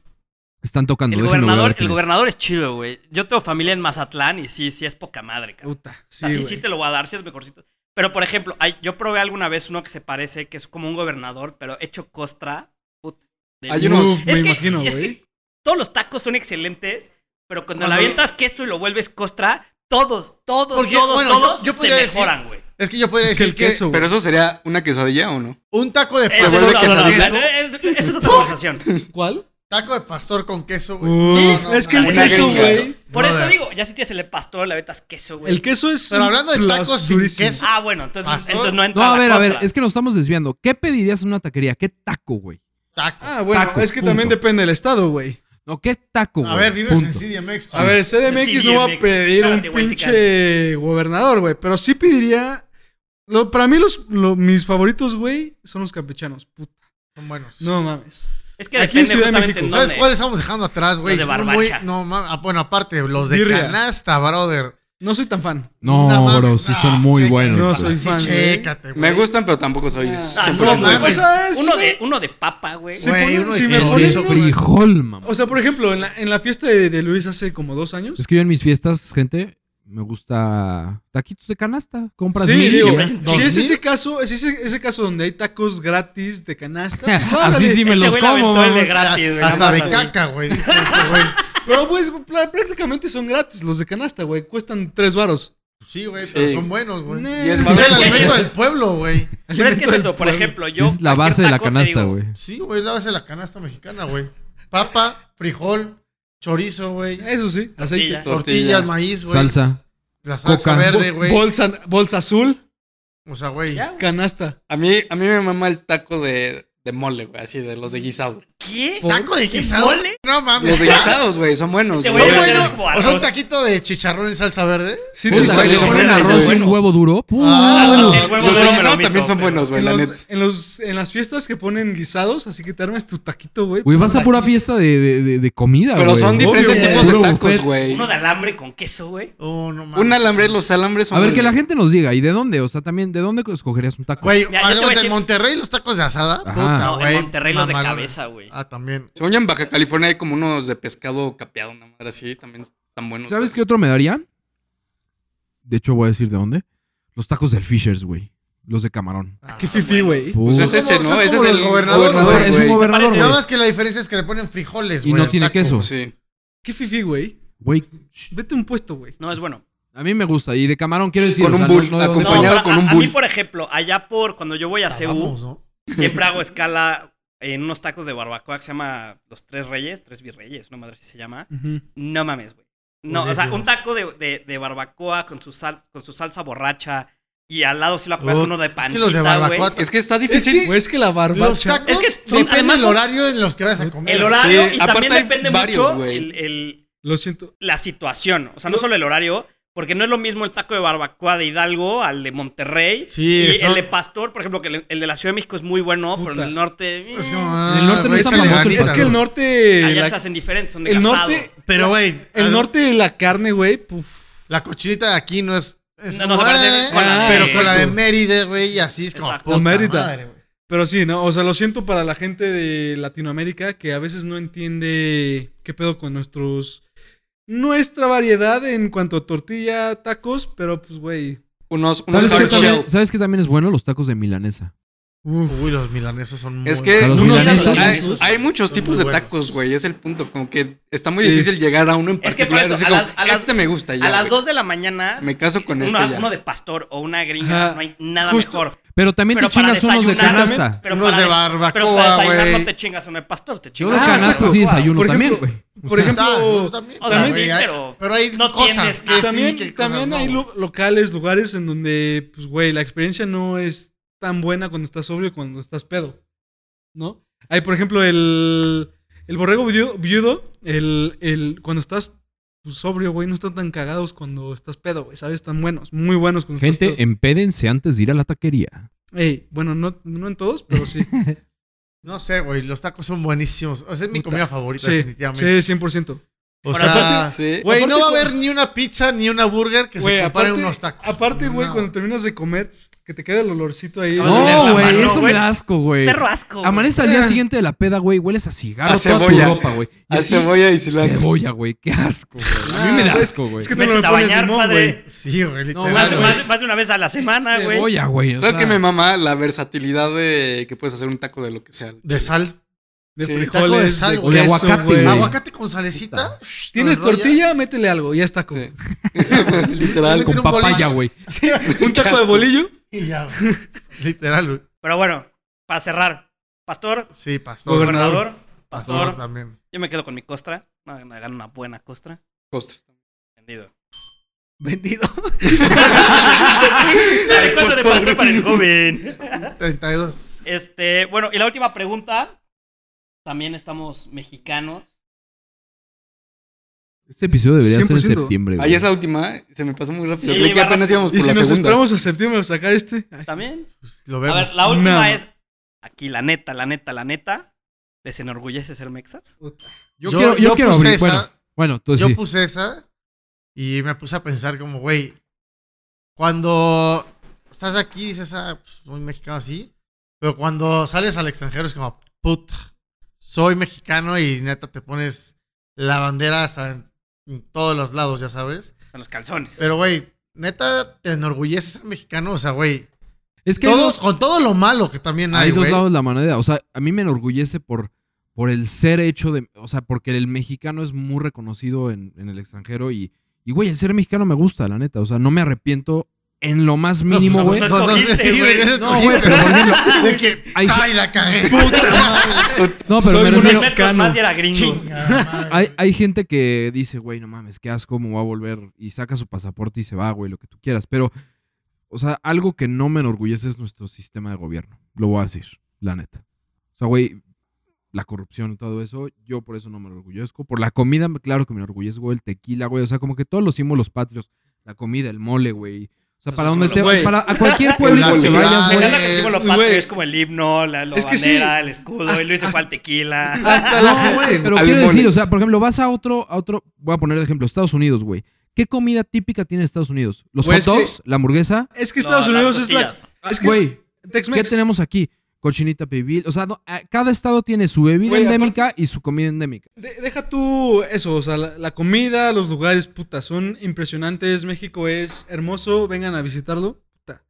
Están tocando.
El
déjenme
gobernador,
ver quién
el
es.
gobernador es chido, güey. Yo tengo familia en Mazatlán y sí, sí es poca madre, cabrón.
Puta.
O
Sí,
sea, sí,
güey.
sí te lo voy a dar, sí es mejorcito. Pero, por ejemplo, hay- yo probé alguna vez uno que se parece, que es como un gobernador, pero hecho costra. Puta, de-
Hay unos-
Uf, me
Es que-
imagino,
es
güey.
que todos los tacos son excelentes, pero cuando,
Cuando-
le avientas queso y lo vuelves costra, todos, todos,
Porque,
todos,
bueno, yo-
todos
yo
se
podría decir-
mejoran, güey.
Es que yo podría
Es que
decir
el queso,
que
güey.
Pero eso sería una quesadilla o no?
un taco de
Esa es,
vuelve
otra-
queso.
no, no, no,
Queso.
¿eh?
es- eh, es- esa es otra conversación.
¿Cuál?
taco de pastor con queso,
Uh.
güey.
Uf,
Sí,
es que el
una
queso,
delicia.
güey.
Por
Brother.
eso digo, ya si tienes el pastor, le aventas queso, güey.
El queso es.
Pero
un
hablando de
plus
tacos sin
durísimo.
queso.
Ah, bueno, entonces,
¿Pastor?
entonces no
No,
entra
a ver,
la
a
costra.
ver, es que nos estamos desviando. ¿Qué pedirías en una taquería? ¿Qué taco, güey?
Taco.
Ah, bueno,
Taco,
es que también
punto.
depende del estado, güey.
No, ¿qué taco, güey?
a ver, vives
Punto.
en CDMX.
A ver, CDMX no va a
CDMX,
pedir un
espérate, güey, si
pinche gobernador, güey. Pero sí pediría. lo- para mí, los, lo- mis favoritos, güey, son los campechanos. Puta,
pues, Son buenos.
no mames.
Es que
Aquí en
depende
Ciudad de
justamente en
México.
¿Sabes
dónde.
cuáles estamos dejando atrás, güey?
Los de
Son
barbacha.
no, ma- ah, bueno, aparte, los de
Birria.
canasta, brother.
No soy tan fan.
No,
Una mame-
bro, sí
no,
son muy
chécate,
buenos.
No
güey.
soy
Sí,
fan, güey.
chécate, güey.
Me gustan, pero tampoco soy.
Ah,
100%
no,
güey,
fan.
Pues,
o sea,
es-
uno, de, uno de papa, Eh, güey.
Sí,
Güey,
ponen-
uno de
si me
queso.
El
Por
de
ponen
eso,
unos-
frijol, mamá.
O sea, por ejemplo, en la, en la fiesta de, de Luis hace como dos años.
Es que yo en mis fiestas, gente, me gusta taquitos de canasta. Compras
Sí,
mil,
digo,
güey.
siempre-
si es
¿Dos mil?
ese caso, es ese, ese caso donde hay tacos gratis de canasta. pues,
Así
órale.
sí me
Este
los
güey le
como,
aventó el de
mamá.
gratis, güey.
Hasta
nada
de
más así.
caca, güey. dice este güey.
Pero pues pl- prácticamente son gratis los de canasta, güey. Cuestan tres varos.
Sí, güey,
Sí.
pero son buenos, güey.
Nah.
Y es
Es el
Pero es que-
alimento del pueblo, güey.
Pero es que es eso, por ejemplo, yo.
es la base de la canasta, güey.
Sí, güey, la base de la canasta mexicana, güey. Papa, frijol, chorizo, güey.
Eso sí, aceite.
Tortilla.
Tortilla, el maíz, güey.
Salsa.
La salsa
coca.
verde,
Bo-
güey.
Bolsa, bolsa azul,
O sea, güey.
¿Ya?
canasta.
A mí, a mí me mama el taco de, de mole, güey, así de los de guisado.
¿Qué?
¿Taco de guisado?
¿Mole?
No
Los
mames.
de
¿Son
guisados, güey, son buenos.
Este
güey.
güey
Son
va a
buenos?
buenos.
como
¿O sea, un
arroz.
taquito de chicharrón en salsa verde?
Sí,
Uy,
te sale.
güey, son
Un
Bueno,
arroz
eso es
y un
bueno.
huevo duro. Puta.
Ah,
El huevo
Los de
duro me lo
guisado
omito,
también son
pero-
buenos, güey,
en,
la
los-
neta.
en los- en las fiestas que ponen guisados, así que te armas tu taquito, güey.
Güey, vas a pura fiesta de, de- de- de comida,
Pero
Ah, güey.
son diferentes
güey.
tipos de
Puro
tacos,
buffet.
güey.
Uno de alambre con queso, güey.
Oh, no mames.
Un alambre, los alambres son
A ver, que
buenos.
la gente nos diga. ¿Y de dónde? O sea, también, ¿de dónde escogerías un taco?
Güey,
Mira, yo te voy a
hagamos en
decir-
Monterrey los tacos de asada.
Ajá.
Puta,
No,
en
güey.
Monterrey los de
mamalones.
cabeza, güey.
Ah, también.
Según yo, en Baja California hay como unos de pescado capeado, una madre así, también tan buenos.
¿Sabes qué otro me daría? De hecho, voy a decir de dónde. Los tacos del Fishers, güey. Los de camarón.
Ah,
Qué fifí, güey.
Puta.
Pues es ese,
Son como-
¿no?
son
Ese es
como
el
los gobernadores,
Gobernador,
güey.
es un
güey.
gobernador,
Se
güey.
Nada más que la diferencia es que le ponen frijoles,
Y
güey.
no
al
tiene
taco.
queso.
Sí.
Qué fifí, güey.
Güey, shh,
Vete a un puesto, güey.
No, es bueno.
a mí me gusta. Y de camarón quiero decir...
Con
o
un
sea, no-
bull,
no de dónde-
No,
Acompañado
pero
con
a,
un
a mí,
bull.
por ejemplo, allá por cuando yo
Ah,
voy a CEU,
Vamos, ¿no?
siempre hago escala en unos tacos de barbacoa que se llama Los Tres Reyes, Tres Virreyes, una madre si se llama. No mames, güey. No, o sea, un
Buenísimos.
taco de, de- de barbacoa con su, sal- con su salsa borracha y al lado si la pones
Oh,
con uno de
es que
pancita,
los de
güey.
barbacoa-
Es que está
Es
difícil.
que, güey, es que la
Los
barbacha.
tacos
Es que son-
depende
además
del
son-
horario en los que vayas a comer.
El horario
Sí,
y
aparte
también
hay
depende
varios,
mucho
güey.
el- el,
Lo siento.
la situación. O sea, no solo el horario, porque no es lo mismo el taco de barbacoa de Hidalgo al de Monterrey.
Sí,
y
eso-
el de Pastor, por ejemplo, que el, el de la Ciudad de México es muy bueno, pero
Puta.
en el norte.
Es
eh,
como,
En el norte
ah,
no
güey,
está
échale
famoso el
ganitas,
Es que el
güey.
norte.
allá
la-
se hacen diferentes, son de
el
casado.
norte.
Pero, güey,
El norte de la carne, güey. puf.
La cochinita de aquí no es. es
No, no se parece
eh,
con la de-
Pero con la de Mérida, güey, y así es como.
Exacto.
puta
Con Mérida.
madre, güey.
Pero sí, ¿no? O sea, lo siento para la gente de Latinoamérica que a veces no entiende qué pedo con nuestros. Nuestra variedad en cuanto a tortilla, tacos, pero pues, güey.
Unos, unos
¿Sabes qué,
hard shell.
también, ¿Sabes qué también es bueno? Los tacos de milanesa.
Uy, los milanesos son muy.
Es que
A los
unos-
milanesos.
hay, hay muchos
Son
tipos
muy
de
buenos.
tacos, güey. Es el punto. Como que está muy
Sí.
difícil llegar a uno en
Es que por
particular.
eso,
así
a
como,
las- a las-
este me gusta ya.
a las
güey.
2 de la mañana.
Me caso con
uno,
este ya.
uno de pastor o una gringa,
Ajá.
no hay nada
Justo.
mejor.
Pero también
Pero
te
para
chingas unos de
desayunar,
canasta.
pero
Unos
para,
de
des-
barbacoa,
pero para desayunar
güey.
no te chingas uno de pastor, te
Yo
chingas.
de
Ah,
uno de
canasta
exacto.
sí
barbacoa.
desayuno
Por
también,
ejemplo,
güey.
Por ejemplo,
también.
O sea,
También-
sí,
hay-
pero
pero hay
no tienes
cosas que
que-
también,
sí, que cosas
también
no,
hay
güey.
lu- locales, lugares en donde, pues, güey, la experiencia no es tan buena cuando estás sobrio y cuando estás pedo. ¿No? Hay, por ejemplo, el, el borrego viudo, viudo, el, el, cuando estás pues, sobrio, güey, no están tan cagados cuando estás pedo, güey, ¿sabes? Están buenos, muy buenos cuando estás
Gente,
pedo.
empédense antes de ir a la taquería.
Ey, bueno, no, no en todos, pero sí.
No sé, güey, los tacos son buenísimos. O sea, es mi
Puta.
comida favorita,
sí,
definitivamente.
sí, 100%.
O
Ahora,
sea,
Ah, Sí.
güey, no
Aparte,
va a haber ni una pizza ni una burger que
Güey,
se comparen
aparte-
unos tacos.
Aparte, güey,
No.
cuando terminas de comer, que te queda el olorcito ahí.
No,
de-
No,
la
güey,
mano,
eso me
güey.
da asco, güey.
Perro asco. güey.
eh,
Ah.
Amanece al día siguiente de la peda, güey. Hueles a cigarro,
A
toda tu
cebolla.
ropa, güey. Y
A
así,
cebolla y cilantro.
Cebolla, güey. Qué asco, güey. A mí me da
Ah,
asco, güey.
Es que tú no
Métete
me
a
pones
bañar,
limón, güey.
padre.
Sí, güey,
más-
literal.
Más,
güey.
más- más de una vez a la semana, güey.
Cebolla, güey. o
¿Sabes
sea,
qué me mama? La versatilidad de que puedes hacer un taco de lo que sea.
De sal.
De
Sí,
taco de
frijoles,
sal,
de
güey.
O de
queso,
aguacate,
güey.
güey.
Aguacate con salecita.
Tienes
Con rollas.
tortilla, métele algo, ya está.
Sí.
Le
Literal.
Con
tiene un
papaya,
bolillo.
güey.
Un taco de bolillo.
Y ya, güey. Literal, güey.
Pero bueno, para cerrar, pastor,
Sí, pastor.
Gobernador.
gobernador,
pastor.
pastor,
también.
Yo me quedo con mi costra. No, me hagan una buena costra.
Costas.
Vendido.
Vendido.
Dale cuenta de pastor para el joven.
32.
Este, bueno, y la última pregunta. También estamos mexicanos.
Este episodio debería ser en
100%.
septiembre, güey.
Ahí es la última. Se me pasó muy rápido.
Sí,
Creí que
va
apenas
rápido.
íbamos
Y
por
si
la
nos
segunda.
esperamos a septiembre a sacar este. Ay,
También.
Pues lo
A
vemos.
ver, la última
Nada.
es. Aquí, la neta, la neta, la neta. ¿Les enorgullece ser mexas?
Yo, quiero, yo quiero
puse
abrir.
esa,
Bueno, bueno, entonces
Yo
sí.
puse esa y me puse a pensar como, güey, cuando estás aquí dices, ah, pues, soy mexicano así, pero cuando sales al extranjero es como, puta, soy mexicano y neta te pones la bandera hasta en, en todos los lados, ya sabes.
Con los calzones.
Pero, güey, neta te enorgulleces ser mexicano, o sea, güey,
Es que hay
todos
dos,
con todo lo malo que también
hay
hay,
dos
güey.
lados de la moneda. O sea, a mí me enorgullece por, por el ser hecho de. O sea, porque el mexicano es muy reconocido en, en el extranjero y. Y, güey, el ser mexicano me gusta, la neta. O sea, no me arrepiento en lo más
No,
mínimo,
pues,
güey.
no, no, no,
Escogiste,
sí,
güey.
no,
No, güey, pero por ejemplo,
escogiste. De que,
hay-
ay, la cagué.
No, pero
Soy
me
un
refiero-
Unos metros más y era gringo.
Hay, hay gente que dice, güey, no mames, qué asco, me voy a volver. Y saca su pasaporte y se va, güey, lo que tú quieras. Pero, o sea, algo que no me enorgullece es nuestro sistema de gobierno. Lo voy a decir, la neta. O sea, güey, la corrupción y todo eso, yo por eso no me enorgullezco. Por la comida, claro que me enorgullezco, güey, el tequila, güey. O sea, como que todos los símbolos patrios, la comida, el mole, güey. O sea,
Esos
para
son
donde
los-
te
güey.
para a cualquier pueblo
La
que
ciudad,
vayas,
Me
güey.
encanta que el símbolo
Güey.
patrio es como el himno, la, la
Es que sí.
bandera, el escudo.
Hasta-
y Luis se fue al tequila.
Hasta la
No, güey, pero
Al
quiero
mole.
decir, o sea, por ejemplo, vas a otro, a otro, voy a poner de ejemplo, Estados Unidos, güey. ¿Qué comida típica tiene Estados Unidos? ¿Los
Güey,
hot
es Pues que-
dogs? ¿La hamburguesa?
Es que Estados
No, las
Unidos es la.
costillas.
Es que
Güey, ¿qué
Tex-Mex.
tenemos aquí? cochinita pibil. O sea, no- a- cada estado tiene su bebida
Güey,
endémica y su comida endémica.
De- deja tú eso, o sea, la, la comida, los lugares, puta, son impresionantes. México es hermoso, vengan a visitarlo. Puta.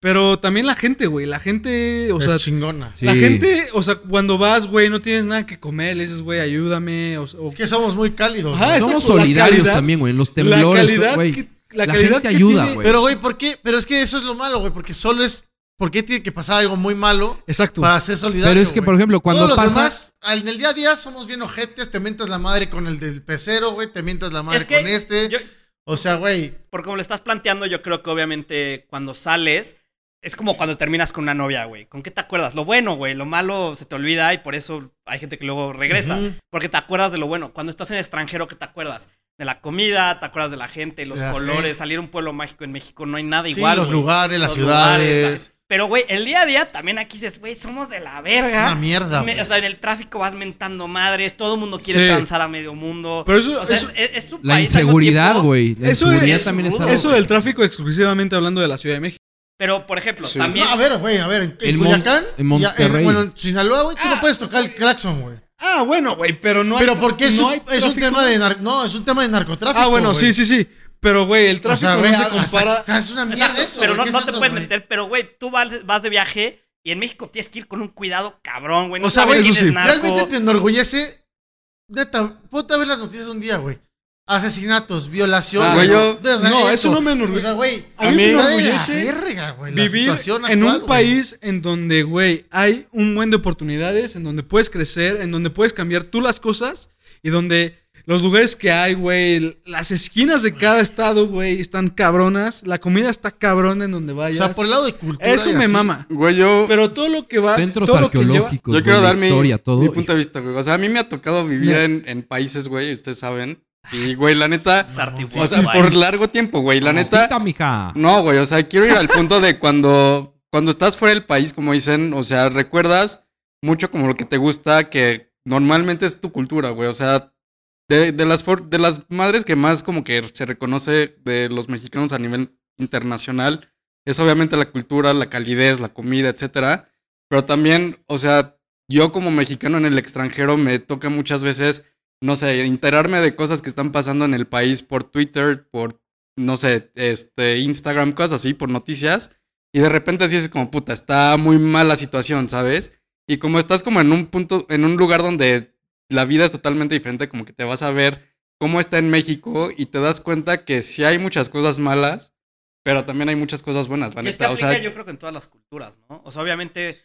Pero también la gente, güey, la gente, o
es
sea,
chingona.
Sí.
la gente, o sea, cuando vas, güey, no tienes nada que comer, le dices, güey, ayúdame. O, o-
Es que somos muy cálidos.
Ajá,
güey.
exacto,
Somos
pues, la
solidarios
calidad-
también, güey. En los
la
temblores,
calidad,
güey.
que,
La
calidad
gente
que
ayuda,
tiene-
güey.
Pero, güey, ¿por qué? Pero es que eso es lo malo, güey, porque solo es. ¿Por qué tiene que pasar algo muy malo
Exacto.
para ser solidario?
Pero es que,
güey?
por ejemplo, cuando
Todos
pasa...
los demás, al- en el día a día somos bien ojetes, te mientas la madre con el del pecero, güey, te mientas la madre
Es que
con este.
yo-
o sea, güey,
por como lo estás planteando, yo creo que obviamente cuando sales es como cuando terminas con una novia, güey. ¿Con qué te acuerdas? Lo bueno, güey. Lo malo se te olvida y por eso hay gente que luego regresa.
Ujú.
Porque te acuerdas de lo bueno. Cuando estás en el extranjero, ¿qué te acuerdas? De la comida, te acuerdas de la gente, los
La
colores.
gente.
Salir a un pueblo mágico en México no hay nada
sí,
igual.
los
güey.
lugares, las
Los
ciudades.
lugares, la- Pero, güey, el día a día también aquí dices, güey, somos de la
es una
verga.
mierda,
Me-
güey.
o sea, en el tráfico vas mentando madres, todo el mundo quiere
Sí.
transar a medio mundo.
Pero eso-
O sea,
eso-
es, es- es su
La
país al mismo
inseguridad,
tiempo.
güey. La
Eso
inseguridad
es
también es
rudo,
algo-
Eso del tráfico exclusivamente hablando de la Ciudad de México.
Pero, por ejemplo,
Sí.
también.
No, a ver, güey, a ver, en, en
En Mon-
Culiacán,
en
ya-
Monterrey.
bueno, en Sinaloa, güey, tú
Ah.
no puedes tocar el claxon, güey.
Ah, bueno, güey, pero no
Pero
hay-
porque es,
no
un-
hay
es un
tráfico.
tema de nar- no, es un tema de narcotráfico.
Ah, bueno,
güey.
sí, sí, sí. Pero, güey, el tráfico
güey,
no se
a-
compara.
a- Es una mierda
Exacto,
eso,
pero no,
güey, ¿qué
no
es
te
eso,
puedes
güey?
meter. Pero, güey, tú vas, vas de viaje y en México tienes que ir con un cuidado cabrón, güey. No
O sea,
sabes
güey,
quién
eso
es
sí.
narco.
Realmente te enorgullece. Neta, ponte a ver las noticias un día, güey. Asesinatos, violaciones.
Ah, güey,
yo-
de-
no, eso no me enorgullece.
O sea, güey,
A mí me
está de la
enorgullece
verga, güey, la
Vivir
situación
en
actual,
un
güey.
país en donde, güey, hay un buen de oportunidades, en donde puedes crecer, en donde puedes cambiar tú las cosas y donde los lugares que hay, güey, las esquinas de cada estado, güey, están cabronas, la comida está cabrona en donde
O
vayas.
sea, por el lado de cultura.
Eso
y
me
así.
mama.
Güey, yo,
Pero todo lo que va.
Centros
todo lo que lleva-
arqueológicos,
yo quiero
Pues, güey, la
dar mi,
historia, todo.
mi punto de vista, güey. O sea, a mí me ha tocado vivir
Mira.
en, en países, güey, ustedes saben. Y, güey, la neta...
Sartibuey,
O sea,
güey.
por largo tiempo, güey. La neta...
Mamacita, mija.
No, güey, o sea, quiero ir al punto de cuando, cuando estás fuera del país, como dicen, o sea, recuerdas mucho como lo que te gusta, que normalmente es tu cultura, güey, o sea, de, de las, for- de las madres que más como que se reconoce de los mexicanos a nivel internacional, es obviamente la cultura, la calidez, la comida, etcétera, pero también, o sea, yo como mexicano en el extranjero me toca muchas veces, no sé, enterarme de cosas que están pasando en el país por Twitter, por no sé, este, Instagram, cosas así, por noticias. Y de repente así es como, puta, está muy mal la situación, ¿sabes? Y como estás como en un punto, en un lugar donde la vida es totalmente diferente, como que te vas a ver cómo está en México y te das cuenta que sí hay muchas cosas malas, pero también hay muchas cosas buenas, la
Y es que
neta. O
aplica
sea,
yo creo que en todas las culturas, ¿no? O sea, obviamente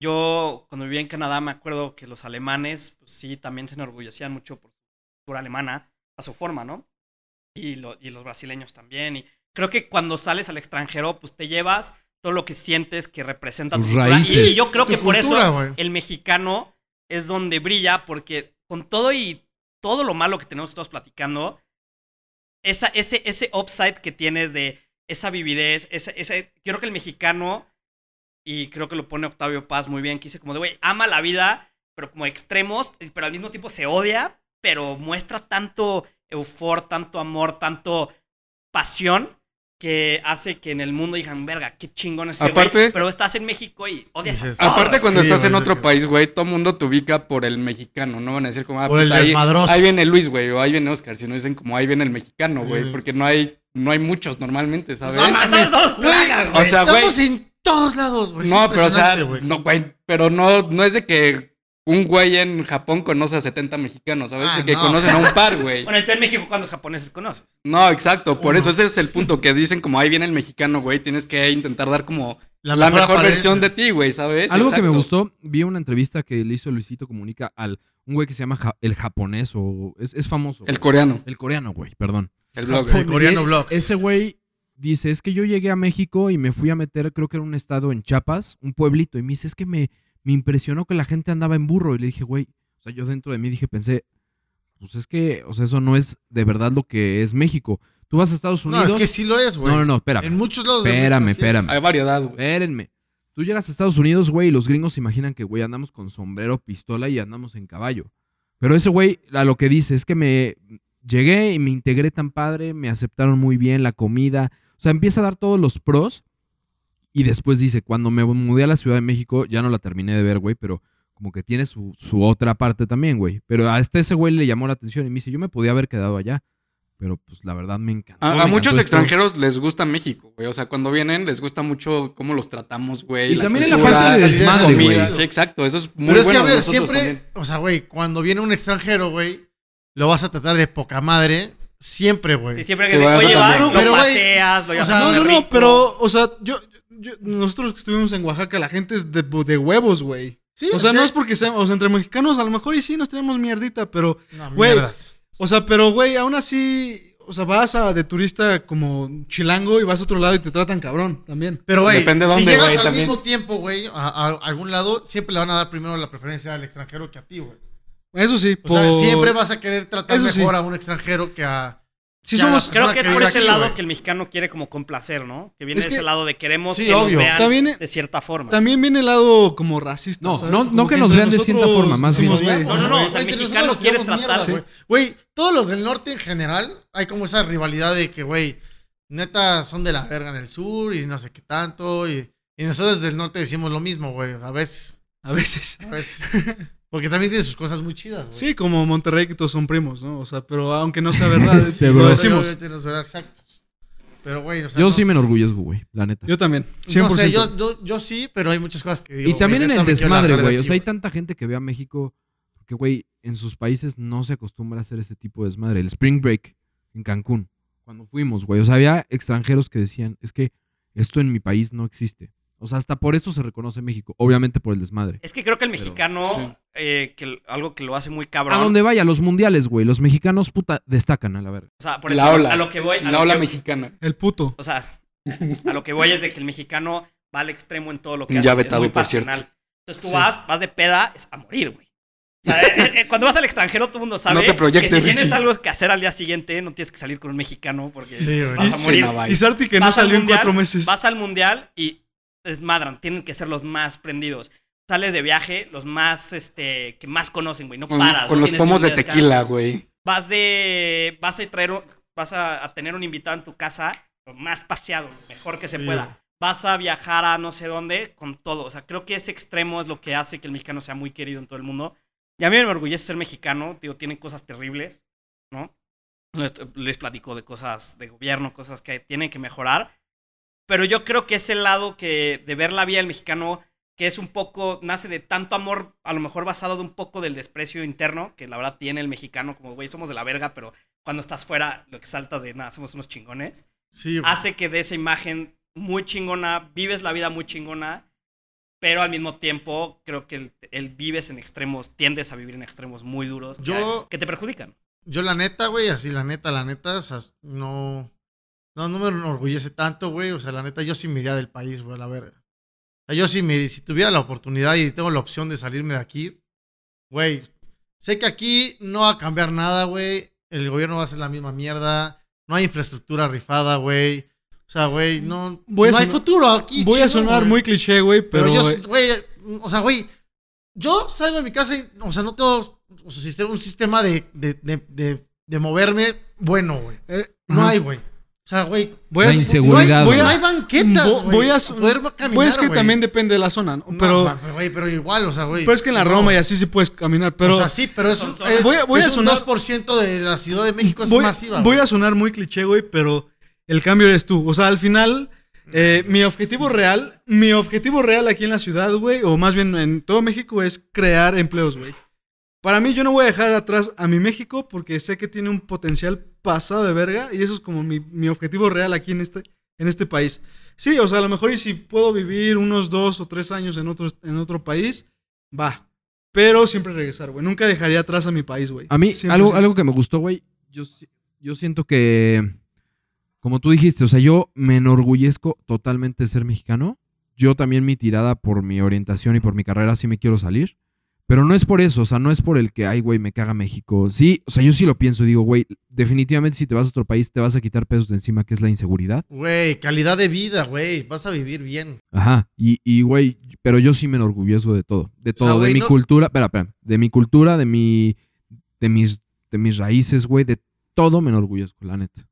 yo cuando vivía en Canadá me acuerdo que los alemanes pues, sí también se enorgullecían mucho por la cultura alemana a su forma, ¿no? Y, lo- y los brasileños también. Y creo que cuando sales al extranjero pues te llevas todo lo que sientes que representa
Tus
tu cultura. Y,
raíces.
y yo creo
Tu
que por
cultura,
eso
güey.
el mexicano es donde brilla porque con todo y todo lo malo que tenemos todos platicando, esa, ese, ese upside que tienes de esa vividez, esa, esa, yo creo que el mexicano, y creo que lo pone Octavio Paz muy bien, que dice como de, güey, ama la vida, pero como extremos, pero al mismo tiempo se odia, pero muestra tanto eufor, tanto amor, tanto pasión, que hace que en el mundo digan, verga, qué chingón es ese güey",
Aparte-
pero estás en México y odias a
Dices,
todos.
Aparte, cuando
Ah, Sí,
estás
güey,
en
sí,
otro
que-
país, güey, todo mundo te ubica por el mexicano, ¿no? Van a decir como, ah,
Por el
puta, ahí,
desmadroso.
ahí viene Luis, güey, o ahí viene Oscar, si no dicen como ahí viene el mexicano,
Sí. Pues
güey, porque no hay, no hay muchos normalmente, ¿sabes?
No, mames,
Estamos todos
güey,
plagas,
güey. O sea, güey.
Estamos en todos lados, güey. es
No, pero o sea,
pues impresionante, güey.
no, güey, pero no, no es de que un güey en Japón conoce a 70 mexicanos, ¿sabes?
Ah,
de que
no.
conocen a un par, güey.
Bueno, entonces en México, ¿cuántos japoneses conoces?
No, exacto, por
Uno.
eso ese es el punto que dicen como ahí viene el mexicano, güey, tienes que intentar dar como la mejor,
apariencia.
versión de ti, güey, ¿sabes?
Algo que me
Exacto.
gustó, vi una entrevista que le hizo Luisito Comunica al un güey que se llama Ja- el japonés o es, es famoso. güey.
El coreano,
El coreano, güey, perdón. E-,
el blog.
El coreano blogs.
Ese güey dice, es que yo llegué a México y me fui a meter, creo que era un estado en Chiapas, un pueblito, y me dice, es que me, me impresionó que la gente andaba en burro. Y le dije, güey, o sea, yo dentro de mí dije, pensé, pues es que, o sea, eso no es de verdad lo que es México. Tú vas a Estados
No,
Unidos...
es que sí lo es, güey.
no, no, no, espérame.
En muchos lados. de
Espérame,
México sí es.
espérame.
Hay variedad, güey.
Espérenme. Tú llegas a Estados Unidos, güey, y los gringos se imaginan que, güey, andamos con sombrero, pistola y andamos en caballo. Pero ese güey, a lo que dice es que me llegué y me integré tan padre, me aceptaron muy bien la comida. O sea, empieza a dar todos los pros Y después dice, cuando me mudé a la Ciudad de México, ya no la terminé de ver, güey, pero como que tiene su, su otra parte también, güey. Pero a este ese güey le llamó la atención y me dice, yo me podía haber quedado allá. Pero pues la verdad me encantó.
A,
me
a
encantó este
muchos
esto".
extranjeros les gusta México, güey. O sea, cuando vienen les gusta mucho cómo los tratamos, güey.
Y también en la
cultura,
parte
la
del
calidad de
desmadre,
comida.
güey.
Sí, exacto. Eso es muy
Pero es que,
bueno
a ver,
nosotros
siempre,
también.
o sea, güey, cuando viene un extranjero, güey, lo vas a tratar de poca madre, siempre, güey.
Sí, siempre
Sí,
que
bueno,
dice, oye,
eso
vas,
también.
lo
Pero, güey,
paseas, lo
o
llevas
sea,
a
No,
comer
no, no,
rico.
pero, o sea, yo, yo- nosotros que estuvimos en Oaxaca, la gente es de, de huevos, güey.
Sí,
O sea,
es
no
que-
es porque seamos, o sea, entre mexicanos a lo mejor y sí nos tenemos mierdita, pero,
No,
Güey,
mierdas.
o sea, pero, güey, aún así, o sea, vas a, de turista como chilango y vas a otro lado y te tratan cabrón también.
Pero, güey,
Depende
si
dónde,
llegas
güey,
al
también.
mismo tiempo, güey, a, a algún lado, siempre le van a dar primero la preferencia al extranjero que a ti, güey.
Eso sí,
O sea,
por-
siempre vas a querer tratar
Eso sí.
mejor a un extranjero que a...
Sí
ya,
somos...
Creo
pero- persona
que es
que
por
vive
ese
aquí,
lado
güey.
que el mexicano quiere como complacer, ¿no? Que viene
Es
de ese
que-
lado de queremos
Sí,
que nos
obvio.
vean
También-
de cierta forma.
También viene el lado como racista.
No,
¿sabes?
no-
Como
no que nos
entre
vean de
nosotros
cierta forma, más
decimos,
bien.
"Güey,
No, no, no, o sea, el
Güey, entre
mexicano
nosotros
quiere
nos tiramos
tratarse.
mierda, Güey, Güey, todos los del norte en general, hay como esa rivalidad de que, güey, neta son de la verga en el sur y no sé qué tanto. Y, y nosotros del norte decimos lo mismo, güey, a veces.
A veces.
A veces. Porque también tiene sus cosas muy chidas, güey.
Sí, como Monterrey que todos son primos, ¿no? O sea, pero aunque no sea verdad,
Sí,
lo
bro.
decimos.
Pero, obviamente, no es verdad, exacto. Pero, güey, o sea,
Yo
no-
sí me enorgullezco, güey, la neta.
Yo también, 100%.
No sé, yo, yo, yo sí, pero hay muchas cosas que digo.
y también
güey,
en
neta,
el
me quiero
desmadre,
largar de
güey. O
aquí,
sea, hay tanta gente que ve a México que, güey, en sus países no se acostumbra a hacer ese tipo de desmadre. El Spring Break en Cancún, cuando fuimos, güey. O sea, había extranjeros que decían, es que esto en mi país no existe. O sea, hasta por eso se reconoce México, obviamente por el desmadre.
Es que creo que el
Pero,
mexicano,
sí.
eh, que, algo que lo hace muy
A
cabrón.
donde vaya, los mundiales, güey. Los mexicanos, puta, destacan a la verga.
O sea, por
La
eso a lo-
ola.
a lo que voy. A
La
lo
ola
que-
mexicana.
El puto.
O sea, a lo que voy es de que el mexicano va al extremo en todo lo que
Ya
hace.
vetado,
es muy
por cierto.
pasional. Entonces tú vas, vas de peda, es a morir, güey. O sea, eh, eh, cuando vas al extranjero, todo el mundo sabe
No te
que
proyectes,
si tienes
Richie.
algo que hacer al día siguiente, no tienes que salir con un mexicano porque
Sí, güey.
vas a
Sí,
morir.
no, vaya.
Y Sarti que no
Vas al
salió en
mundial,
cuatro meses.
Vas al mundial y desmadran, tienen que ser los más prendidos. Sales de viaje, los más, este, que más conocen, güey, no
Con,
paras.
con
no
los
tienes ni un
pomos de
día descanso
tequila, güey.
vas de vas a traer un- vas a, a tener un invitado en tu casa lo más paseado lo mejor que se
Sí.
pueda vas a viajar a no sé dónde con todo o sea creo que ese extremo es lo que hace que el mexicano sea muy querido en todo el mundo y a mí me orgullece ser mexicano digo tienen cosas terribles no les, les platico de cosas de gobierno cosas que tienen que mejorar pero yo creo que ese lado que de ver la vida del mexicano que es un poco, nace de tanto amor, a lo mejor basado de un poco del desprecio interno, que la verdad tiene el mexicano, como güey, somos de la verga, pero cuando estás fuera, lo que saltas de nada, somos unos chingones,
Sí, güey.
hace que de esa imagen muy chingona, vives la vida muy chingona, pero al mismo tiempo creo que el, el vives en extremos, tiendes a vivir en extremos muy duros, que-
Yo-
que, te perjudican.
Yo la neta, güey, así la neta, la neta, o sea, no, no, no me enorgullece tanto, güey, o sea, la neta, yo sí me iría del país, güey, a la verga. O sea, yo sí me, si tuviera la oportunidad y tengo la opción de salirme de aquí, güey, sé que aquí no va a cambiar nada, güey, el gobierno va a ser la misma mierda, no hay infraestructura rifada, güey, o sea, güey, no,
Voy a
no hay
sonar-
futuro aquí.
Voy a
chido,
sonar
güey.
muy cliché, güey, pero,
Pero,
güey,
yo, güey, o sea, güey, yo salgo de mi casa y, o sea, no tengo o sea, sistema- un sistema de, de, de, de, de moverme bueno, güey.
eh,
No
ajá.
hay, güey. O sea, güey,
Voy
La
a-
inseguridad,
voy a-
no
güey.
hay banquetas,
Vo-
güey.
Voy a
para poder caminar,
Pues es que
güey.
también depende de la zona, ¿no?
No,
pero,
o sea, güey, pero igual, o sea, güey.
pero es que en la
no.
Roma y así sí puedes caminar, pero
o sea, sí, pero es un,
Son-
eh,
voy a- voy a
es un
sonar-
2% de la Ciudad de México es
voy,
masiva.
voy
güey.
a sonar muy cliché, güey, pero el cambio eres tú. O sea, al final, eh, mi objetivo real, mi objetivo real aquí en la ciudad, güey, o más bien en todo México, es crear empleos, güey. Para mí, yo no voy a dejar atrás a mi México porque sé que tiene un potencial pasado de verga y eso es como mi, mi objetivo real aquí en este, en este país. Sí, o sea, a lo mejor y si puedo vivir unos dos o tres años en otro, en otro país, va. Pero siempre regresar, güey. Nunca dejaría atrás a mi país, güey.
A mí,
Siempre,
algo,
siempre.
algo que me gustó, güey, yo, si- yo siento que, como tú dijiste, o sea, yo me enorgullezco totalmente de ser mexicano. Yo también mi tirada por mi orientación y por mi carrera sí me quiero salir. Pero no es por eso, o sea, no es por el que, ay, güey, me caga México. Sí, o sea, yo sí lo pienso y digo, güey, definitivamente si te vas a otro país te vas a quitar pesos de encima, que es la inseguridad.
Güey, calidad de vida, güey. Vas a vivir bien.
Ajá, y, y, güey, pero yo sí me enorgullezco de todo, de todo, de
güey,
mi
no-
cultura, espera, espera, de mi cultura, de mi, de mis, de mis raíces, güey, de todo me enorgullezco, la neta.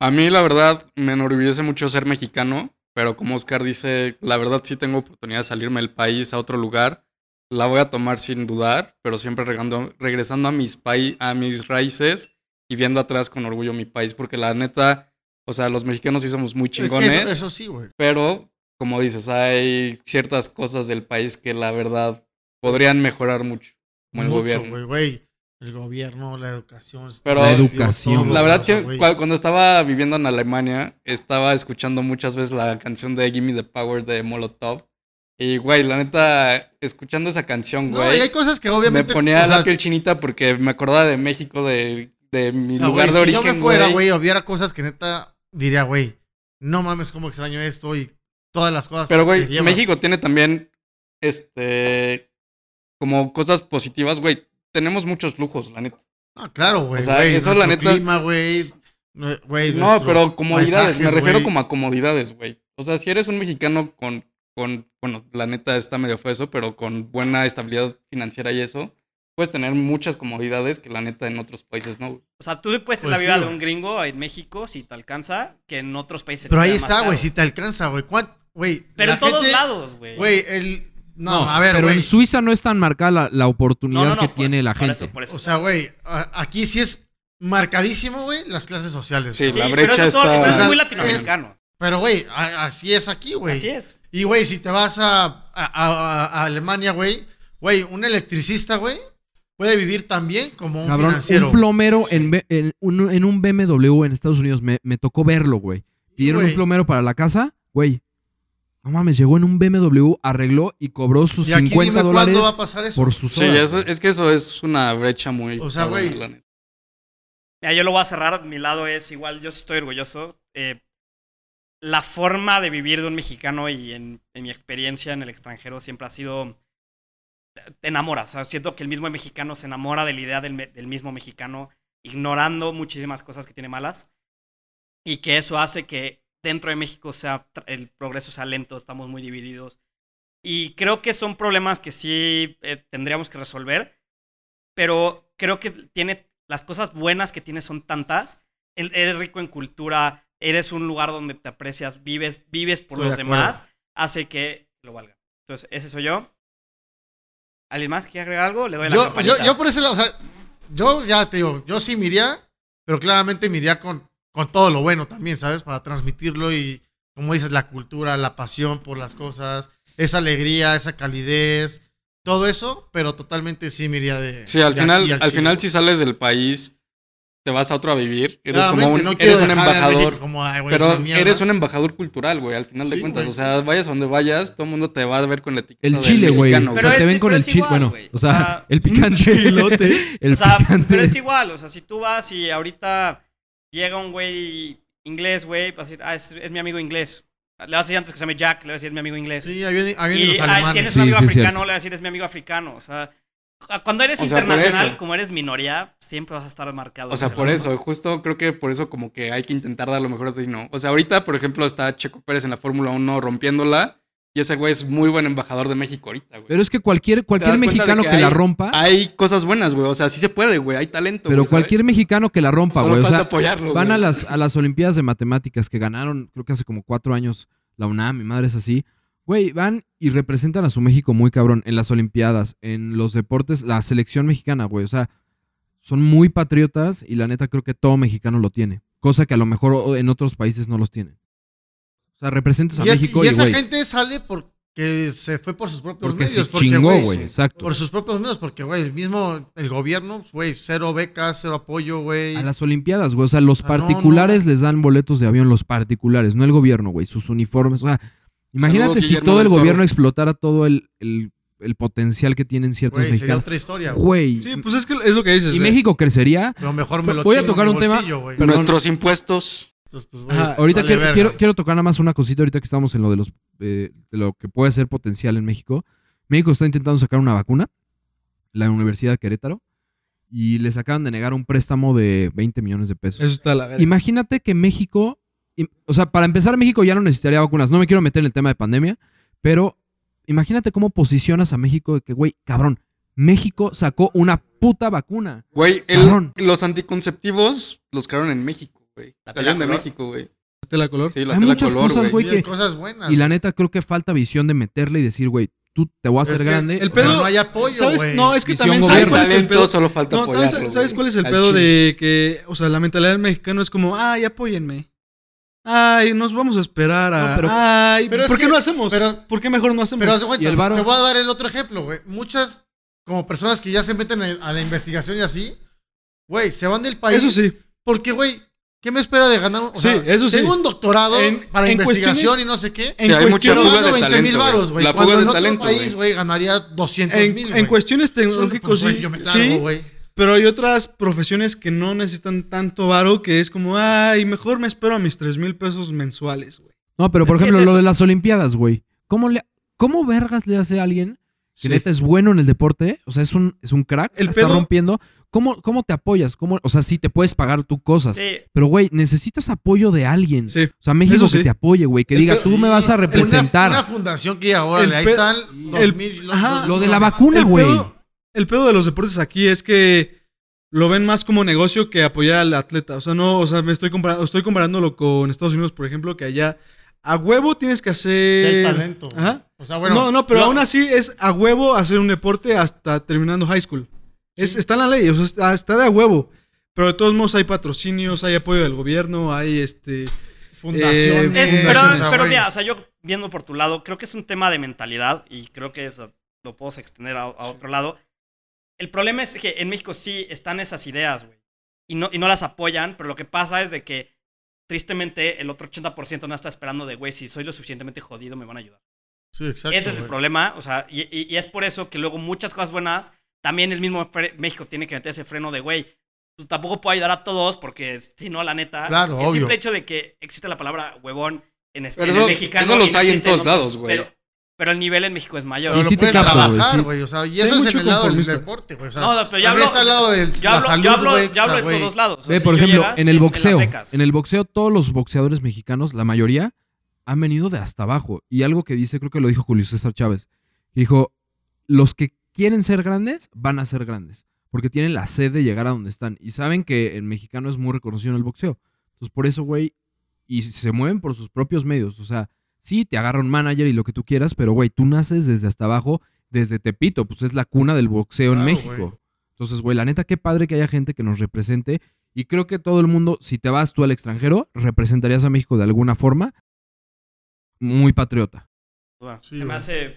A mí, la verdad, me enorgullece mucho ser mexicano. Pero como Oscar dice, la verdad sí tengo oportunidad de salirme del país a otro lugar. La voy a tomar sin dudar, pero siempre regando- regresando a mis, pai- a mis raíces y viendo atrás con orgullo mi país, porque la neta, o sea, los mexicanos sí somos muy
Es que
chingones,
eso, eso sí, güey.
pero como dices, hay ciertas cosas del país que la verdad podrían mejorar mucho, como el
Mucho,
gobierno.
güey, güey. El gobierno, la educación.
Pero-
La
digo,
educación.
todo,
La verdad,
o sea,
sí,
güey.
cua- cuando estaba viviendo en Alemania, estaba escuchando muchas veces la canción de Gimme the Power de Molotov. Y, güey, la neta, escuchando esa canción,
No, y
güey,
hay cosas que
me
obviamente.
ponía
o sea,
la piel chinita porque me acordaba de México, de, de mi
o sea,
lugar
güey,
de
si
origen.
yo me fuera, güey, hubiera cosas que neta diría, güey, no mames, cómo extraño esto y todas las cosas.
Pero,
que
güey,
llevas.
México tiene también, este, como cosas positivas, güey. Tenemos muchos lujos, la neta.
Ah, claro, güey.
O sea,
güey,
eso, la
nuestro
neta-
clima, güey. nue- güey,
No,
nuestro-
pero comodidades, me
paisajes,
refiero
güey.
como a comodidades, güey. O sea, si eres un mexicano con, con, bueno, la neta está medio fue eso, pero con buena estabilidad financiera y eso, puedes tener muchas comodidades que la neta en otros países no. güey.
O sea, tú puedes tener la
Pues
vida
sí,
de
güey.
un gringo en México si te alcanza, que en otros países.
Pero
te
ahí
queda más
está, güey,
caro.
si te alcanza, güey. ¿Cuánto? Güey.
Pero
la
en todos
gente-
lados, güey.
Güey, el. No,
No,
a ver,
pero
güey.
en Suiza no es tan marcada la, la oportunidad que
por-
tiene la
por
gente.
eso, por eso.
O sea, güey, a- aquí sí es marcadísimo, güey, las clases sociales.
Sí.
güey.
sí,
la
pero
brecha
eso es, todo-
está-
pero eso es
O
muy
sea,
latinoamericano.
Pero, güey, a- así es aquí, güey.
Así es.
Y, güey, si te vas a, a- a- a Alemania, güey, güey, un electricista, güey, puede vivir tan bien como un
Cabrón,
financiero.
un plomero en, B- en un, en un BMW en Estados Unidos, me, me tocó verlo, güey. Pidieron
Güey.
un plomero para la casa, güey. No mames, llegó en un BMW, arregló y cobró sus
y aquí
50
dime
dólares
cuándo va a pasar eso.
por sus
Sí,
horas,
eso,
güey.
es que eso es una brecha muy...
Pues O sea,
cabrona,
güey, eh,
la neta.
Mira, yo lo voy a cerrar. Mi lado es igual, yo sí estoy orgulloso. Eh, la forma de vivir de un mexicano y en, en mi experiencia en el extranjero siempre ha sido. te- Te enamoras. o sea, siento que el mismo mexicano se enamora de la idea del, me- del mismo mexicano, ignorando muchísimas cosas que tiene malas. Y que eso hace que dentro de México sea, tr- el progreso sea lento, estamos muy divididos. Y creo que son problemas que sí eh, tendríamos que resolver pero creo que tiene las cosas buenas que tiene son tantas. El- Eres rico en cultura, eres un lugar donde te aprecias, vives, vives por
Estoy
los
de acuerdo.
demás, hace que lo valga. Entonces, ese soy yo. ¿Alguien más quiere agregar algo? Le doy la
yo, yo,
campanita.
yo por ese lado, o sea, yo ya te digo, yo sí miría, pero claramente miría con, con todo lo bueno también, ¿sabes? Para transmitirlo y, como dices, la cultura, la pasión por las cosas, esa alegría, esa calidez, todo eso, pero totalmente sí miría de.
Sí, al
de
final,
aquí
al
Chile.
final si sales del país, te vas a otro a vivir. Eres como
Claramente,
un,
no quiero
eres un
dejar a
embajador.
México como, "Ay, güey, es
Pero
una mierda".
eres un embajador cultural, güey, al final de
Sí,
cuentas.
güey.
O sea, vayas a donde vayas, todo el mundo te va a ver con la etiqueta
El
de
chile, güey.
mexicano,
O
Pero
sea, te
es-
ven con
pero
el
es
chile.
igual,
Bueno,
güey.
o
O
sea,
sea,
el picante. El
O sea,
picante.
pero es igual, o sea, si tú vas y ahorita llega un güey inglés, güey, vas a decir, ah, es, es mi amigo inglés. Le vas a decir antes que se llame Jack, le vas a decir es mi amigo inglés.
Sí, ahí vienen, ahí vienen
Y
los
ah,
alemanes.
tienes
Sí,
un amigo
sí, es
africano,
cierto.
le vas a decir es mi amigo africano. O sea, cu- cuando eres
O sea, por
internacional,
eso.
como eres minoría, siempre vas a estar marcado.
O sea, por eso, justo creo que por eso como que hay que intentar dar lo mejor de ti, ¿no? O sea, ahorita, por ejemplo, está Checo Pérez en la Fórmula 1 rompiéndola y ese güey es muy buen embajador de México ahorita, güey.
Pero es que cualquier, cualquier
das cuenta de
mexicano que,
que
la
hay-
rompa,
Hay cosas buenas, güey. O sea, sí se puede, güey. Hay talento.
pero
güey, ¿sabes?
cualquier mexicano que la rompa,
Solo
güey. O
falta
sea,
apoyarlo,
Van
güey.
a las, a las Olimpiadas de Matemáticas que ganaron, creo que hace como cuatro años la UNAM, mi madre es así. Güey, van y representan a su México muy cabrón en las Olimpiadas, en los deportes, la selección mexicana, güey. O sea, son muy patriotas y la neta creo que todo mexicano lo tiene. Cosa que a lo mejor o- en otros países no los tienen. O sea, representas a
Y, es que-
México
y
y,
esa
güey,
gente sale porque se fue por sus propios
porque se
medios. porque,
chingó,
güey,
güey. Exacto.
Por sus propios medios, porque, güey, el mismo, el gobierno, güey, cero becas, cero apoyo, güey.
A las Olimpiadas, güey. O sea, los
Ah, no,
particulares
no.
les dan boletos de avión, los particulares, no el gobierno, güey. Sus uniformes. O sea, imagínate
Saludos,
si
Guillermo
todo el
del Toro.
gobierno explotara todo el, el- el potencial que tienen ciertos
Güey, sería
mexicanos.
otra historia, güey.
Güey.
Sí, pues es, que es lo que dices.
y
eh.
México crecería.
Pero mejor me lo
Voy a
chingo en
tocar
mi
un tema,
bolsillo, güey.
perdón.
Nuestros impuestos.
Entonces, pues, güey,
Ajá, ahorita
vale
quiero,
verga.
quiero, quiero tocar nada más una cosita ahorita que estamos en lo de los eh, de lo que puede ser potencial en México. México está intentando sacar una vacuna, la Universidad de Querétaro, y les acaban de negar un préstamo de 20 millones de pesos.
Eso está la verga.
Imagínate que México, im- o sea, para empezar México ya no necesitaría vacunas. No me quiero meter en el tema de pandemia, pero imagínate cómo posicionas a México de que, güey, cabrón, México sacó una puta vacuna.
Güey, el-
Cabrón.
los anticonceptivos los crearon en México, güey.
¿La
Salieron de
tela color?
México, güey.
tela color.
Sí, la
Hay
tela
muchas
color, güey.
cosas, güey,
Sí,
que-
hay cosas buenas.
Y la neta, creo que falta visión de meterle y decir, güey, tú te voy a hacer
que
grande.
el
güey.
pedo-
Pero no hay apoyo,
¿Sabes?
güey.
No, es que
Visión
también
Hay
¿sabes cuál es el
talento,
pedo?
solo falta
No,
apoyarlo.
¿sabes, sabes
güey?
cuál es el
Al
pedo
chile.
de que, o sea, la mentalidad del mexicano es como, ay, apóyenme. Ay, nos vamos a esperar a.
No, pero-
ay,
Pero es
¿por qué
que-
no hacemos?
pero-
¿Por qué mejor no hacemos?
Pero haz de cuenta,
Y el varo-
te voy a dar el otro ejemplo, güey. Muchas, como personas que ya se meten a a la investigación y así, güey, se van del país.
Eso sí.
Porque, güey, ¿qué me espera de ganar? un-
Sí, eso sí.
Tengo un doctorado
En-
para
en
investigación
cuestiones-
y no sé qué.
Sí,
en
hay mucha
Pero
cuestiones-
fuga
gano
de
20 mil
talento.
baros,
güey.
güey.
La
Cuando
fuga
en
de
otro
talento,
país,
güey.
güey, ganaría 200
en,
mil,
en
güey.
cuestiones
Eso,
tecnológicas
pues,
sí,
güey, yo me
sí,
salgo, güey.
pero hay otras profesiones que no necesitan tanto varo que es como, ay, mejor me espero a mis 3 mil pesos mensuales, güey.
No, pero por
Es que
ejemplo,
es
lo
eso.
de las Olimpiadas, güey. ¿Cómo, le, ¿Cómo vergas le hace a alguien que
Sí.
neta es bueno en el deporte? O sea, es un, es un crack,
El
la está
pedo-
rompiendo. ¿Cómo, ¿Cómo te apoyas? ¿Cómo, o sea, sí te puedes pagar tú cosas.
Sí,
Pero, güey, necesitas apoyo de alguien.
Sí.
O sea, México
Eso
que
sí.
te apoye, güey. Que
El
diga,
pedo-
tú me vas a
Una-
representar.
Una, fundación que ahora
El
ahí
pe-
están dos
el-
mil-
ajá.
dos mil
Lo de la
dólares.
vacuna,
el,
güey.
pedo, el pedo de los deportes aquí es que lo ven más como negocio que apoyar al atleta. O sea, no, o sea, me estoy comparando, estoy comparándolo con Estados Unidos, por ejemplo, que allá a huevo tienes que
Sí
hacer.
hay talento. güey.
Ajá.
O sea, bueno.
no, no, pero
lo-
aún así es a huevo hacer un deporte hasta terminando high school. Es, Está en la ley, o sea, está, está de a huevo. Pero de todos modos hay patrocinios, hay apoyo del gobierno, hay este.
Fundaciones.
Eh,
Es-
Sí,
pero,
sí, sí,
pero
güey.
mira, o sea, yo viendo por tu lado, creo que es un tema de mentalidad y creo que o sea, lo puedes extender a, a otro lado. El problema es que en México sí están esas ideas, güey. Y no, y no las apoyan, pero lo que pasa es de que tristemente el otro 80% no está esperando de, güey, si soy lo suficientemente jodido me van a ayudar.
Sí, exacto.
Ese es el
güey.
problema, o sea, y, y- y es por eso que luego muchas cosas buenas, también el mismo fre- México tiene que meter ese freno de, güey, tú tampoco puedo ayudar a todos porque si no, la neta,
Claro,
el simple
obvio.
hecho de que existe la palabra huevón en, es-
Pero
en
eso-
el mexicano.
eso los
y no
hay en
existe
todos
otros,
lados, güey.
Pero, pero el nivel en México es mayor.
Pero
Sí,
lo
sí te
puedes
capto, güey,
trabajar,
sí.
güey. O sea, y
Sí, hay
eso es
mucho
en el lado del
conformista.
deporte, güey. O sea,
No, no, pero yo
también
hablo-
está al lado de
yo
la
hablo,
salud,
yo hablo,
güey.
yo
o sea,
hablo
güey.
en todos lados. o
Ve,
sea,
por
yo
ejemplo,
llegas
en el
las
boxeo.
becas.
En el boxeo, todos los boxeadores mexicanos, la mayoría, han venido de hasta abajo. Y algo que dice, creo que lo dijo Julio César Chávez. Dijo: Los que quieren ser grandes, van a ser grandes. Porque tienen la sed de llegar a donde están. Y saben que el mexicano es muy reconocido en el boxeo. Entonces, por eso, güey. Y se mueven por sus propios medios. O sea, sí, te agarra un manager y lo que tú quieras. Pero, güey, tú naces desde hasta abajo, desde Tepito. Pues es la cuna del boxeo en
Claro,
México.
güey.
Entonces, güey, la neta, qué padre que haya gente que nos represente. Y creo que todo el mundo, si te vas tú al extranjero, representarías a México de alguna forma muy patriota.
Bueno,
Sí,
se me
güey.
hace,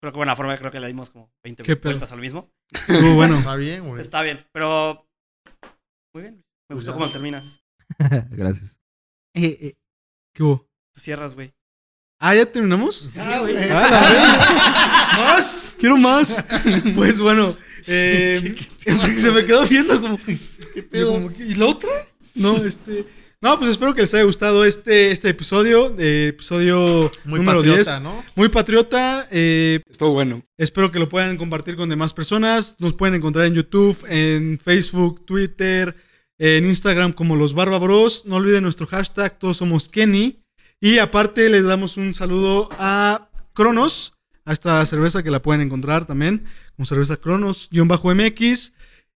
creo que buena forma, creo que le dimos como 20
Qué pedo.
vueltas a lo mismo.
Estuvo bueno.
Está bien, güey.
Está bien, pero muy bien. Me gustó
ya.
cómo terminas.
Gracias.
¿Qué hubo?
Tú cierras, güey.
Ah, ¿ya terminamos?
Sí, güey.
Ah, la verga. ¡Más! ¡Quiero más! Pues bueno, eh, se me quedó viendo como...
pedo?
como que, ¿Y la otra? No, este... No, pues espero que les haya gustado este, este episodio, eh, episodio
Muy
número
patriota,
10.
¿no?
Muy patriota, eh,
Estuvo bueno.
Espero que lo puedan compartir con demás personas. Nos pueden encontrar en YouTube, en Facebook, Twitter, en Instagram como los Barba Bros. No olviden nuestro hashtag, todos somos Kenny. Y aparte les damos un saludo a Cronos, a esta cerveza que la pueden encontrar también, como cerveza Cronos-MX.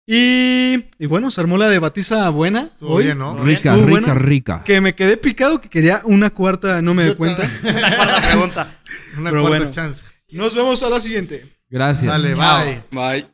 Y, y bueno, se armó la de batiza buena.
Estuvo
hoy,
bien, ¿no?
Muy bien.
Rica,
Estuvo
rica,
buena.
rica.
Que me quedé picado que quería una cuarta, no me di cuenta.
La cuarta pregunta.
Una
Pero
cuarta
bueno.
chance.
Nos vemos a la siguiente.
Gracias.
Dale, bye.
Bye.